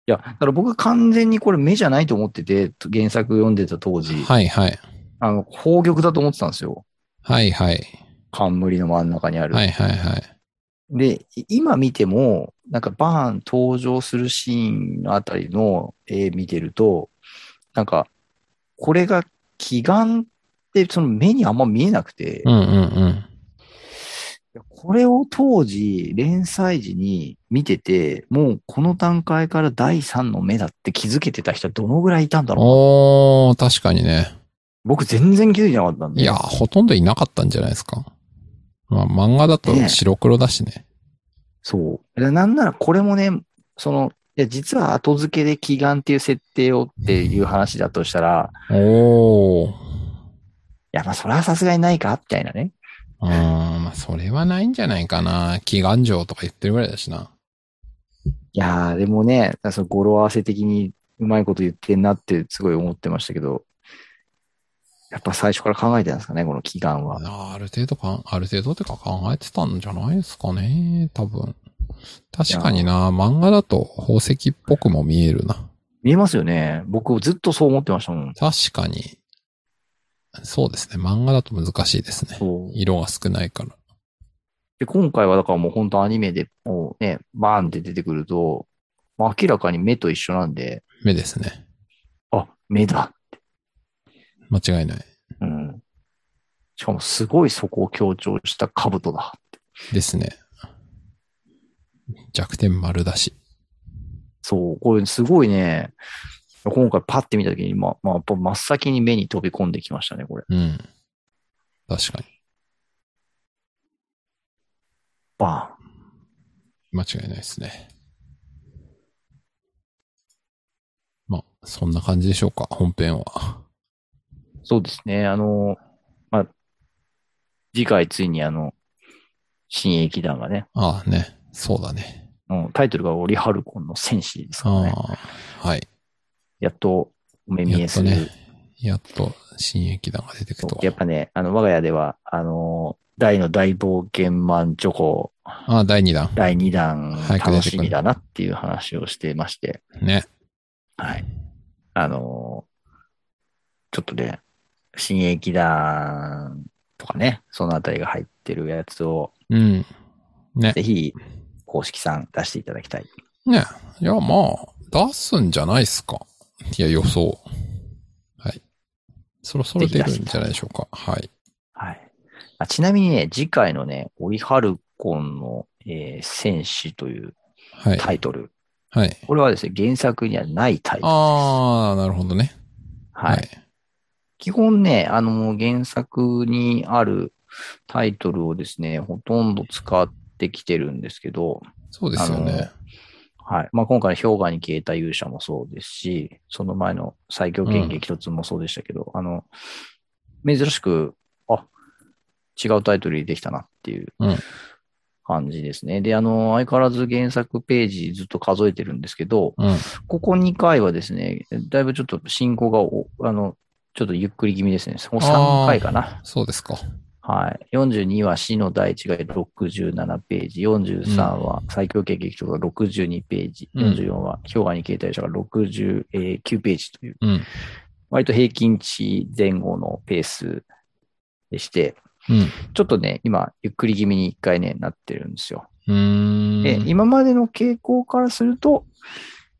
いや、だから僕完全にこれ目じゃないと思ってて、原作読んでた当時、はいはい。あの、宝玉だと思ってたんですよ。はいはい。冠の真ん中にある。はいはいはい。で、い今見ても、なんかバーン登場するシーンのあたりの絵見てると、なんか、これが祈願ってその目にあんま見えなくて、うんうんうん。これを当時連載時に見てて、もうこの段階から第三の目だって気づけてた人はどのぐらいいたんだろうおー、確かにね。僕全然気づいてなかったんで。いや、ほとんどいなかったんじゃないですか。まあ漫画だと白黒だしね。そう。でなんならこれもね、その、いや、実は後付けで祈願っていう設定をっていう話だとしたら、おー。いや、まあ、それはさすがにないか、みたいなね。うーん、まあそれはないんじゃないかな。祈願城とか言ってるぐらいだしな。いやー、でもね、その語呂合わせ的にうまいこと言ってんなってすごい思ってましたけど、やっぱ最初から考えてたんですかね、この祈願は。あある程度か、ある程度ってか考えてたんじゃないですかね。多分。確かにな、漫画だと宝石っぽくも見えるな。見えますよね。僕ずっとそう思ってましたもん。確かに。そうですね。漫画だと難しいですね。そう。色が少ないから。で、今回はだからもう本当アニメでもうね、バーンって出てくると、まあ、明らかに目と一緒なんで、目ですね。あ、目だ。間違いない。うん。しかもすごいそこを強調した兜だ。ですね。弱点丸だし。そう、これすごいね、今回パッて見たときに、ま、まあ、やっぱ真っ先に目に飛び込んできましたね、これ。うん。確かに。バーン。間違いないですね。まあ、そんな感じでしょうか。本編は。そうですね、あの、まあ、次回ついにあの、新劇団がね、ああね。そうだね。うん、タイトルがオリハルコンの戦士ですからね。ああ、はい。やっとお目見えする。やっとやっと、新駅団が出てくそとう。やっぱね、あの、我が家では、あの、大の大冒険マンチョコ、ああ、第2弾。第2弾、早く出てくる楽しみだなっていう話をしてまして。ね。はい。あのーちょっとね、新駅団とかね、そのあたりが入ってるやつを、うん。ね。ぜひ、公式さん出していただきたい。ね。いや、まあ、出すんじゃないっすか。いや、予想。はい。そろそろ出るんじゃないでしょうか。はい。はい。あちなみにね、次回のね、オリハルコンの、えー戦士というはい。タイトル、はい。これはですね、原作にはないタイトルです。ああ、なるほどね。はい。基本ね、あの、原作にあるタイトルをですね、ほとんど使ってきてるんですけど、そうですよね。はい。まあ、今回、氷河に消えた勇者もそうですし、その前の最強剣激突もそうでしたけど、あの、珍しく、あ、違うタイトルできたなっていううん感じですね。で、あの、相変わらず原作ページずっと数えてるんですけど、うん。ここ2回はですね、だいぶちょっと進行がお、あの、ちょっとゆっくり気味ですね。この3回かな。そうですか。はい。42は死の第一が67ページ、43は最強経験とが62ページ、うん44は氷河に携帯者が69ページという、うん。割と平均値前後のペースでして、うん。ちょっとね、今、ゆっくり気味に一回ね、なってるんですよ。うーん。で、今までの傾向からすると、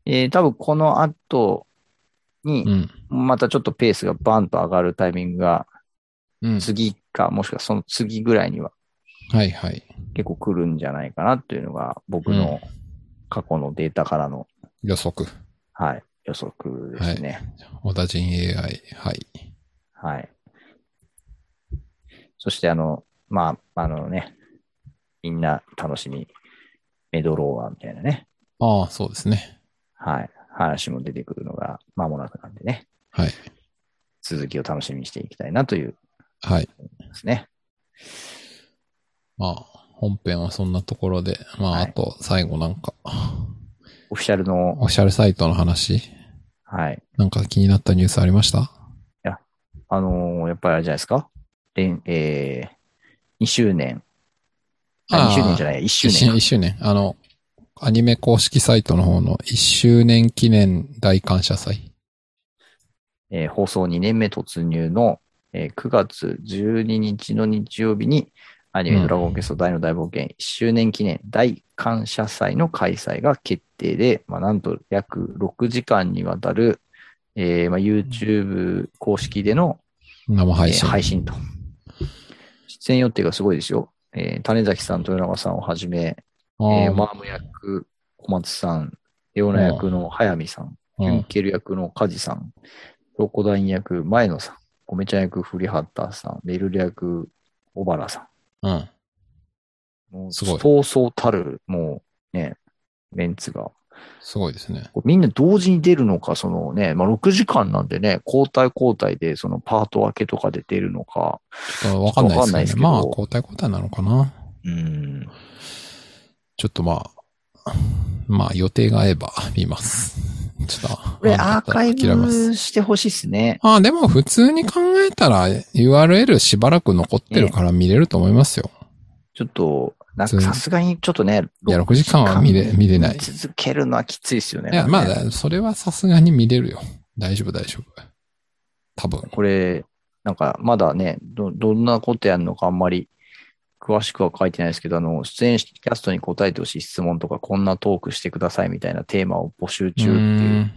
えー多分この後うに、ん。またちょっとペースがバンと上がるタイミングが、うん。次か、もしくはその次ぐらいにははいはい。結構来るんじゃないかなっていうのが、僕の過去のデータからの、予測。はい、予測ですね。小田人 AI。はい。はい。そして、あの、まあ、あのね、みんな楽しみ、メドローアみたいなね、ああ、そうですね。はい、話も出てくるのが間もなくなんでね、はい。続きを楽しみにしていきたいなというはい。ですね。まあ、本編はそんなところで、まあ、はいあと、最後なんか、オフィシャルの、オフィシャルサイトの話、はい、なんか気になったニュースありましたあのーやっぱりあれじゃないですか、連えー、2周年、あ2周年じゃないない、1周1周年年。か一。周年。あの、アニメ公式サイトの方の1周年記念大感謝祭。えー放送2年目突入の、えー9月12日の日曜日に、アニうメんドラゴンクエスト大の大冒険1周年記念大感謝祭の開催が決定で、まあ、なんと約6時間にわたる、えーまあ、YouTube 公式での、生配えー信。配信と。出演予定がすごいですよ。えー種崎さん、豊永さんをはじめ、ああえーマーム役、小松さん、レオナ役の早見さん、うヒんュンケル役のカジさん、ロコダイン役、前野さん、コメちゃん役、フリハッターさん、メルル役、小原さうん。ん。もう、すごいそうそうたる、もうね、メンツが。すごいですね。こうみんな同時に出るのか、そのね、まあ、6時間なんでね、交代交代で、そのパート分けとかで出るのか、ちょっとわかんないですけどね。わかまんないあ、ですけど交代交代なのかな。うん、ちょっとまあ、 まあ予定が合えば見ます。 ちょっと。これあのアーカイ諦めますブしてほしいっすね。ああ、でも普通に考えたら URL しばらく残ってるから見れると思いますよ。ちょっと、なんかさすがにちょっとね、いや、6時間は見れ、見れない。続けるのはきついですよね。いや、これねまあ、それはさすがに見れるよ。大丈夫、大丈夫。多分。これ、なんかまだね、ど、どんなことやるのかあんまり詳しくは書いてないですけど、あの、出演キャストに答えてほしい質問とか、こんなトークしてくださいみたいなテーマを募集中っていう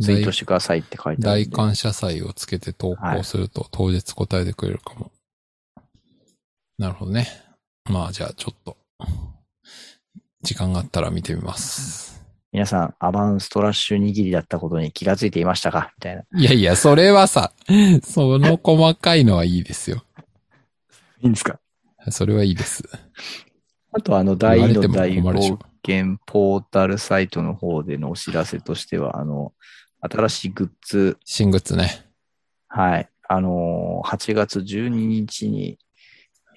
ツイートしてくださいって書いてある大んで。感謝祭をつけて投稿すると、当日答えてくれるかも。なるほどね。まあじゃあちょっと、時間があったら見てみます。皆さん、アバンストラッシュ握りだったことに気がついていましたかみたいな。いやいや、それはさ、その細かいのはいいですよ。いいんですかそれはいいです。あと、あの、大言われのても大困るでし冒ょ険ポータルサイトの方でのお知らせとしては、あの、新しいグッズ、新グッズね。はい。あのー8月12日に、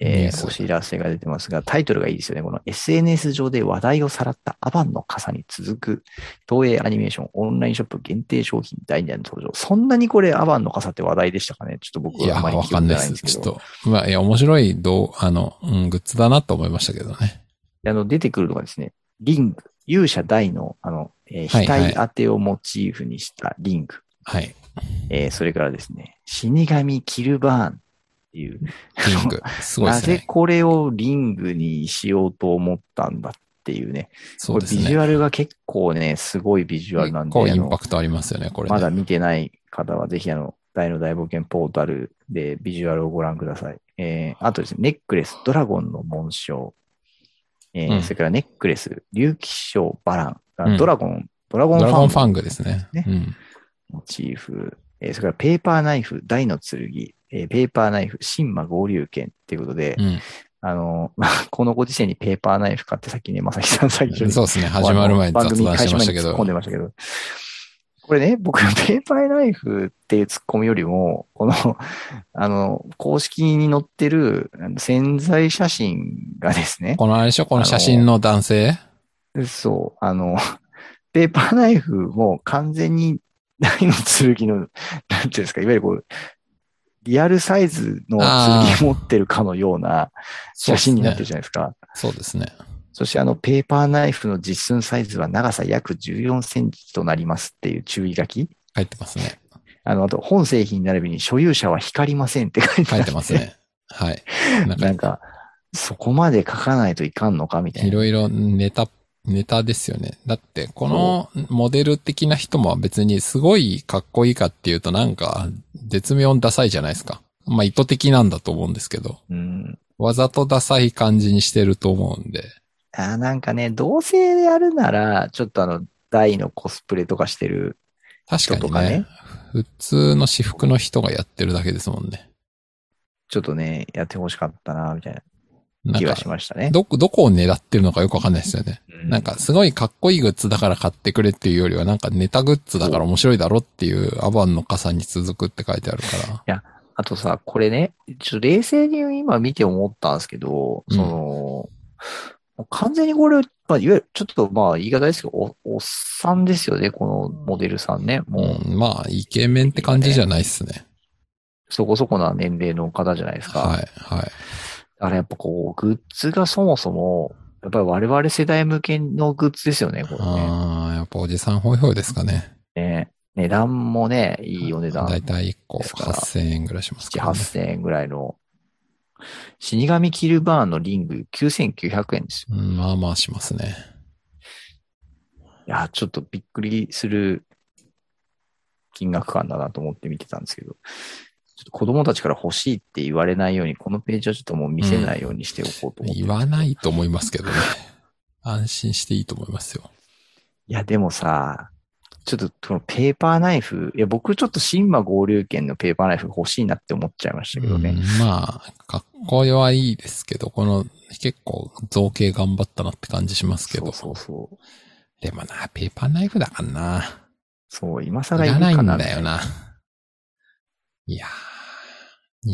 えーニュースお知らせが出てますが、タイトルがいいですよね。この SNS 上で話題をさらったアバンの傘に続く、東映アニメーションオンラインショップ限定商品第2弾登場。そんなにこれアバンの傘って話題でしたかねちょっと僕いや、はあまりわ記か憶んがないないんで。ですすけちょっど。と。まあ、いや、面白い、どう、あの、うん、グッズだなと思いましたけどね。あの、出てくるのがですね、リング。勇者大の、あの、えーはいはい額当てをモチーフにしたリング。はい。えーそれからですね、死神キルバーンっていう、リング。すごいでなすぜね。これをリングにしようと思ったんだっていうね。そうですこれビジね。ュアルが結構ね、すごいビジュアルなん結で、構あイのンパクトありますよね、これね。まだ見てない方はぜひあの、大の大冒険ポータルでビジュアルをご覧ください。えー、あとですね、ネックレス、ドラゴンの紋章。えーうんそれからネックレス、竜騎将バランうんあ、ドラゴン、ドラゴンドフラゴァンンファングですね。ねうん。モチーフ、えーそれからペーパーナイフ、大の剣、えーペーパーナイフ、新魔合流剣っていうことで、うん。あの、まあ、このご時世にペーパーナイフ買ってさっきね、まさきさん最初に。そうですね。始まる前に番雑組談開し始ま前しにたけ突っど込ん。でましたけど。これね、僕、ペーパーナイフっていう突っ込みよりも、この、あの、公式に載ってるあの潜在写真がですね、このあれでしょこの写真の男性そう、あの、ペーパーナイフも完全に、大の剣の、なんていうんですか、いわゆるこう、リアルサイズの剣持ってるかのような写真になってるじゃないですか。そうですね。そしてあのペーパーナイフの実寸サイズは長さ約14センチとなりますっていう注意書き。書いてますね。あの、あと本製品並びに所有者は光りませんって書いてあ書るいてます。 ね。はい。なんなんか、か、そこまで書かないといかんのかみたいいな。ろいろネタ、ネタですよね。だって、このモデル的な人も別にすごいかっこいいかっていうとなんか、絶妙にダサいじゃないですか。まあ意図的なんだと思うんですけど、うん。わざとダサい感じにしてると思うんで。あーなんかね、同性でやるなら、ちょっとあの、大のコスプレとかしてる。確か人にとかねね普通の私服の人がやってるだけですもんね。ちょっとね、やってほしかったな、みたいななん気かはし、ましたね。どこ、どこを狙ってるのかよくわかんないですよね。うなんか、すごいかっこいいグッズだから買ってくれっていうよりは、なんかネタグッズだから面白いだろっていうアバンの傘に続くって書いてあるから。あとさ、これね、ちょっと冷静に今見て思ったんですけど、うんその、完全にこれ、まあ、いわゆる、ちょっとまあ言い方ですけど、おおっさんですよね、このモデルさんね。もう、うん、まあ、イケメンって感じじゃないっすね。そこそこな年齢の方じゃないですか。はい、はい。だからやっぱこう、グッズがそもそも、やっぱり我々世代向けのグッズですよね、これね。ああ、やっぱおじさんホイホイですかね。ね値段もね、いいお値段。だいたい1個ですから8000円ぐらいします7、から、ね。 8000円ぐらいの。死神キルバーンのリング9900円ですよ。うん、まあまあしますね。いや、ちょっとびっくりする金額感だなと思って見てたんですけど、ちょっと子供たちから欲しいって言われないように、このページはちょっともう見せないようにしておこうと思って。言わないと思いますけどね。安心していいと思いますよ。いや、でもさ、ちょっとこのペーパーナイフ、いや、僕ちょっと新馬合流券のペーパーナイフ欲しいなって思っちゃいましたけどね。うん、まあ、かっこはいいですけど、この結構造形頑張ったなって感じしますけそど。うそうそう。でもな、ペーパーナイフだからな。そう、今い更らるないかんな。だよな。いやー、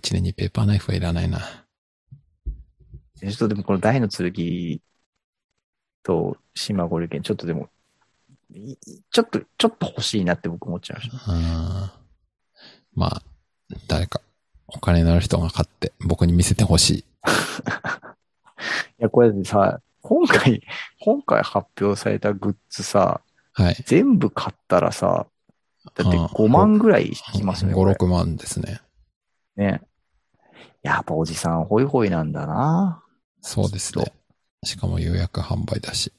2021年にペーパーナイフはいらないな。ちょっとでもこの大の剣と新馬合流券、ちょっとでも、いちょっと、ちょっと欲しいなって僕思っちゃいました。うん。まあ、誰か、お金のある人が買って、僕に見せてほしい。いや、これさ、今回、 今回発表されたグッズさ、はい。全部買ったらさ、だってうん5万ぐらいしますよね。こ5、れ6万ですね。ね。やっぱおじさんホイホイなんだな。そうですね。しかも予約販売だし。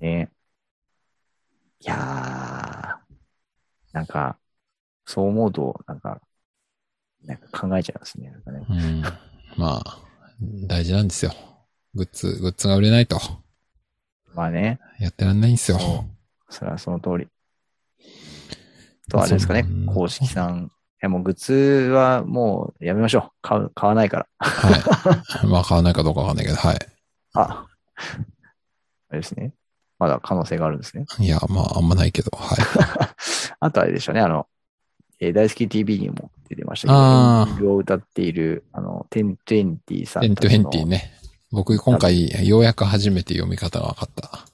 ね。いやー、なんか、そう思うと、なんか、なんか考えちゃいますね。なんかねうん。まあ、大事なんですよ。グッズ、グッズが売れないと、まあね、やってらんないんですよ。それはその通り。と、あれですかねそうなん、だ公式さん。いや、もうグッズはもうやめましょう。買う、買わないから。はい。 まあ、買わないかどうかわかんないけど、はい。あ、あれですね。まだ可能性があるんですね。いや、まあ、あんまないけど、はい。あとあれでしたね、あの、えー大好き TV にも出てましたけど、あーエンディングを歌っている、あの、1020さん。 10 2 0。ね。僕、今回、ようやく初めて読み方が分かった。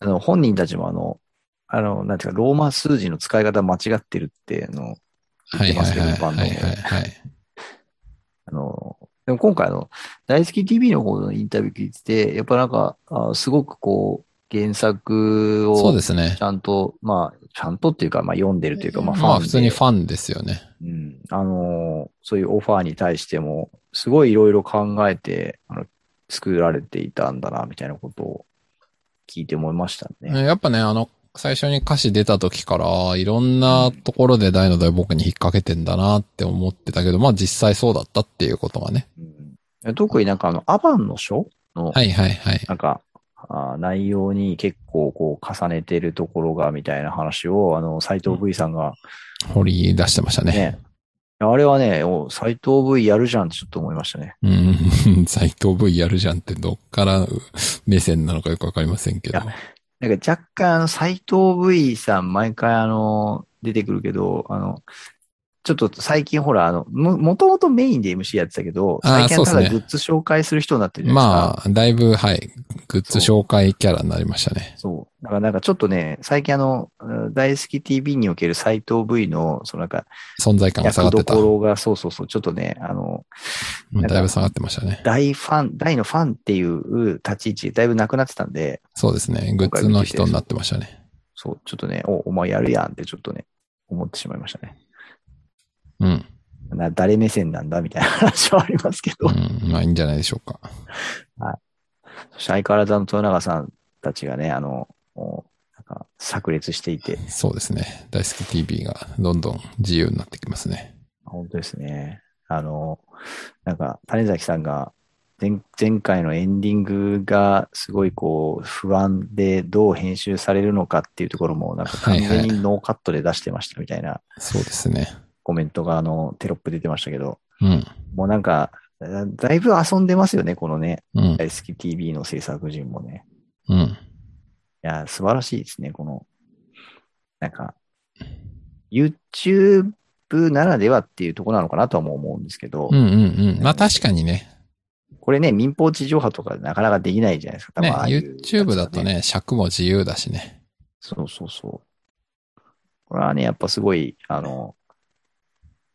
あの、本人たちもあの、あの、なんていうか、ローマ数字の使い方間違ってるって、あの、は言いってまはいすけど、はい。バンドはいもはいはい。あの、でも今回あの、大好き TV の方のインタビュー聞いてて、やっぱなんか、あすごくこう、原作を、そうですねち。ゃんと、まあ、ちゃんとっていうか、まあ、読んでるというか、まあ、ファンで。まあ、普通にファンですよね。うん、あのーそういうオファーに対しても、すごいいろいろ考えて、あの、作られていたんだな、みたいなことを聞いて思いましたね。やっぱね、あの、最初に歌詞出た時から、あーいろんなところで大の大僕に引っ掛けてんだなって思ってたけど、まあ実際そうだったっていうことがね。うん、特になんかあの、アバンの書の、はいはいはい。なんか、あー内容に結構こう重ねてるところが、みたいな話を、あの、斎藤 V さんが掘り出してましたね。ね、あれはね、お斎藤 V やるじゃんってちょっと思いましたね。うん、 斎藤 V やるじゃんってどっからう目線なのかよくわかりませんけどい。なんか若干、あの、斎藤 V さん、毎回あの、出てくるけど、あの、ちょっと最近ほら、あの、も、もともとメインで MC やってたけど、あー最近はたそうっだすグねッズ紹介する人になってるじゃないですか。まあ、だいぶ、はい、グッズ紹介キャラになりましたね。そう。だからなんかちょっとね、最近あの、うん大好き TV における斎藤 V の、そのなんか、存在感が下がっ役どてた。こうんろが、そうそうそう、ちょっとね、あの、なんかだいぶ下がってましたね。大ファン、大のファンっていう立ち位置、だいぶなくなってたんで、そうですね。グッズの人になってましたね。そう、ちょっとね、お、お前やるやんってちょっとね、思ってしまいましたね。うん。な誰目線なんだみたいな話はありますけ ど、うん。まあ、いいんじゃないでしょうか。そして相変わらずあの豊永さんたちがね、あの、もうなんか炸裂していて、そうですね。大好き TV がどんどん自由になってきますね。本当ですね。あの、なんか、種崎さんが前、前回のエンディングがすごいこう、不安でどう編集されるのかっていうところも、なんかは完いはい全にノーカットで出してましたみたいなそうですね。コメントが、あの、テロップ出てましたけど、うん。もうなんか、だだいぶ遊んでますよね、このね、うん。大好き TV の制作陣もね。うん。いや、素晴らしいですね、この、なんか、YouTube ならではっていうところなのかなとはもう思うんですけど、うんうんうん。まあ確かにね。これね、民放地上波とかなかなかできないじゃないですか。ね、多分ああいうやつは YouTube だと。ね、尺も自由だしね。そうそうそう。これはね、やっぱすごい、あの、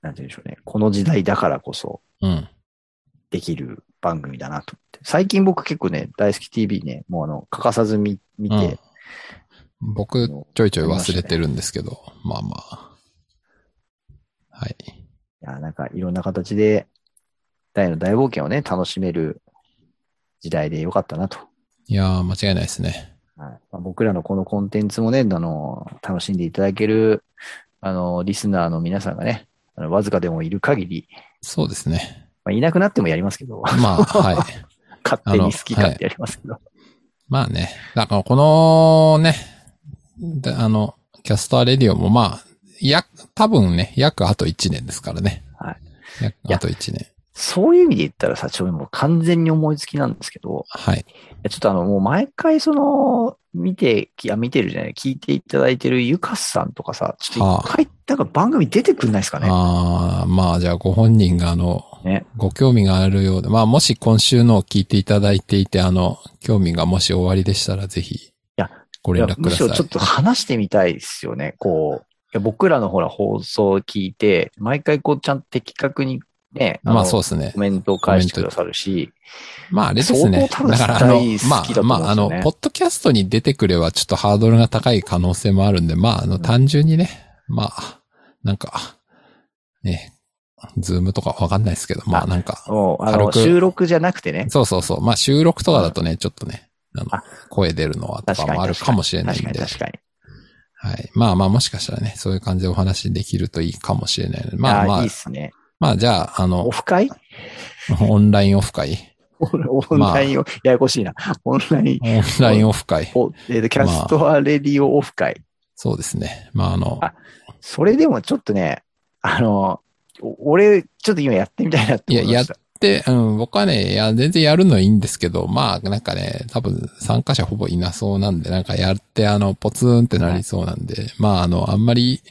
なんて言うんでしょうね。この時代だからこそうん。できる番組だなと思って。最近僕結構ね、大好き TV ね、もうあの、欠かさず見見て、うん僕、ちょいちょい忘れてるんですけど、まあまあ。はい。いや、なんかいろんな形で、大の大冒険をね、楽しめる時代でよかったなと。いやー、間違いないですね。はいまあ、僕らのこのコンテンツもね、あの、楽しんでいただける、あの、リスナーの皆さんがね、あのわずかでもいる限り、そうですね。まあ、いなくなってもやりますけど、 まあ、はい。勝手に好き勝手やりますけど。まあね。だからこのね、であの、キャスターレディオもまあ、や、多分ね、約あと1年ですからね。はい。い約やあと1年。そういう意味で言ったらさ、ちょ、もう完全に思いつきなんですけど、はい。いやちょっとあの、もう毎回その、見て、きあ見てるじゃない、聞いていただいてるゆかさんとかさ、ちょっと一回、なんか番組出てくんないですかね。ああ、まあじゃあご本人があの、ねご興味があるようで、まあもし今週のを聞いていただいていて、あの、興味がもし終わりでしたらぜひ、やごい連や絡くむだしさい。ろちょっと話してみたいですよね。こう、いや僕らのほら放送を聞いて、毎回こうちゃんと的確にね、のまあそうですねコ。メントを返してくださるし、まああれですね。相当多分だからあの大好き、まだとあ、思まうんですよねああの、ポッドキャストに出てくればちょっとハードルが高い可能性もあるんで、まああの、単純にね、まあ、なんか、ね、ズームとかわかんないですけど、まああなんか、もうあ軽のく収録じゃなくてね、そうそうそう。まあ収録とかだとね、ちょっとね、あのあ、声出るのはと確かかに。もあるかもしれないん確でかに。確かに。はい。まあまあもしかしたらね、そういう感じでお話できるといいかもしれないので。ままああまあいいっ、すね。まあじゃあ、あのオ、フ会 オンラインオフ会。オンラインを、ややこしいな。オンライン、オンラインオフ会。おえーとキャストアレディオオフ会。そうですね。まああの、あそれでもちょっとね、あの、お俺、ちょっと今やってみたいなって思いました。いややで、うん、僕はね、いや、全然やるのいいんですけど、まあなんかね、多分参加者ほぼいなそうなんで、なんかやって、あの、ポツンってなりそうなんで、まああの、あんまり、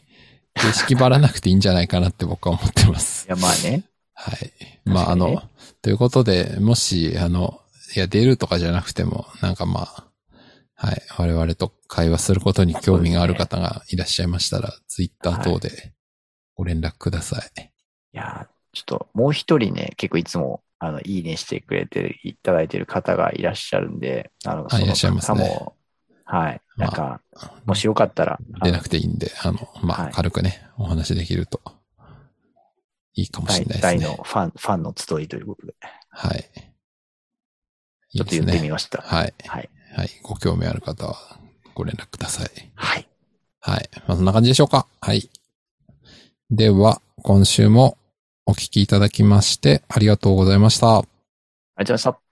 形式ばらなくていいんじゃないかなって僕は思ってますい。や、まあね。はい。まあ、あ確かにねの、ということで、もし、あの、いや、出るとかじゃなくても、なんかまあ、はい。我々と会話することに興味がある方がいらっしゃいましたら、ツイッター等でご連絡ください。いやー、ちょっともう一人ね、結構いつも、あの、いいねしてくれていただいてる方がいらっしゃるんで、あの、そいらのっしゃいます方ねも、はい。まあなんか、もしよかったら、あ出のなくていいんで、あの、まはあ、い軽くね、お話できると、いいかもしれ大ない大ですのね。ファン、ファンの集いということで、はい。いちいでょっとす言ってねみ。ました。はい。はい。はい。ご興味ある方は、ご連絡ください。はい。はい。まあ、そんな感じでしょうか。はい。では、今週もお聞きいただきまして、ありがとうございました。ありがとうございました。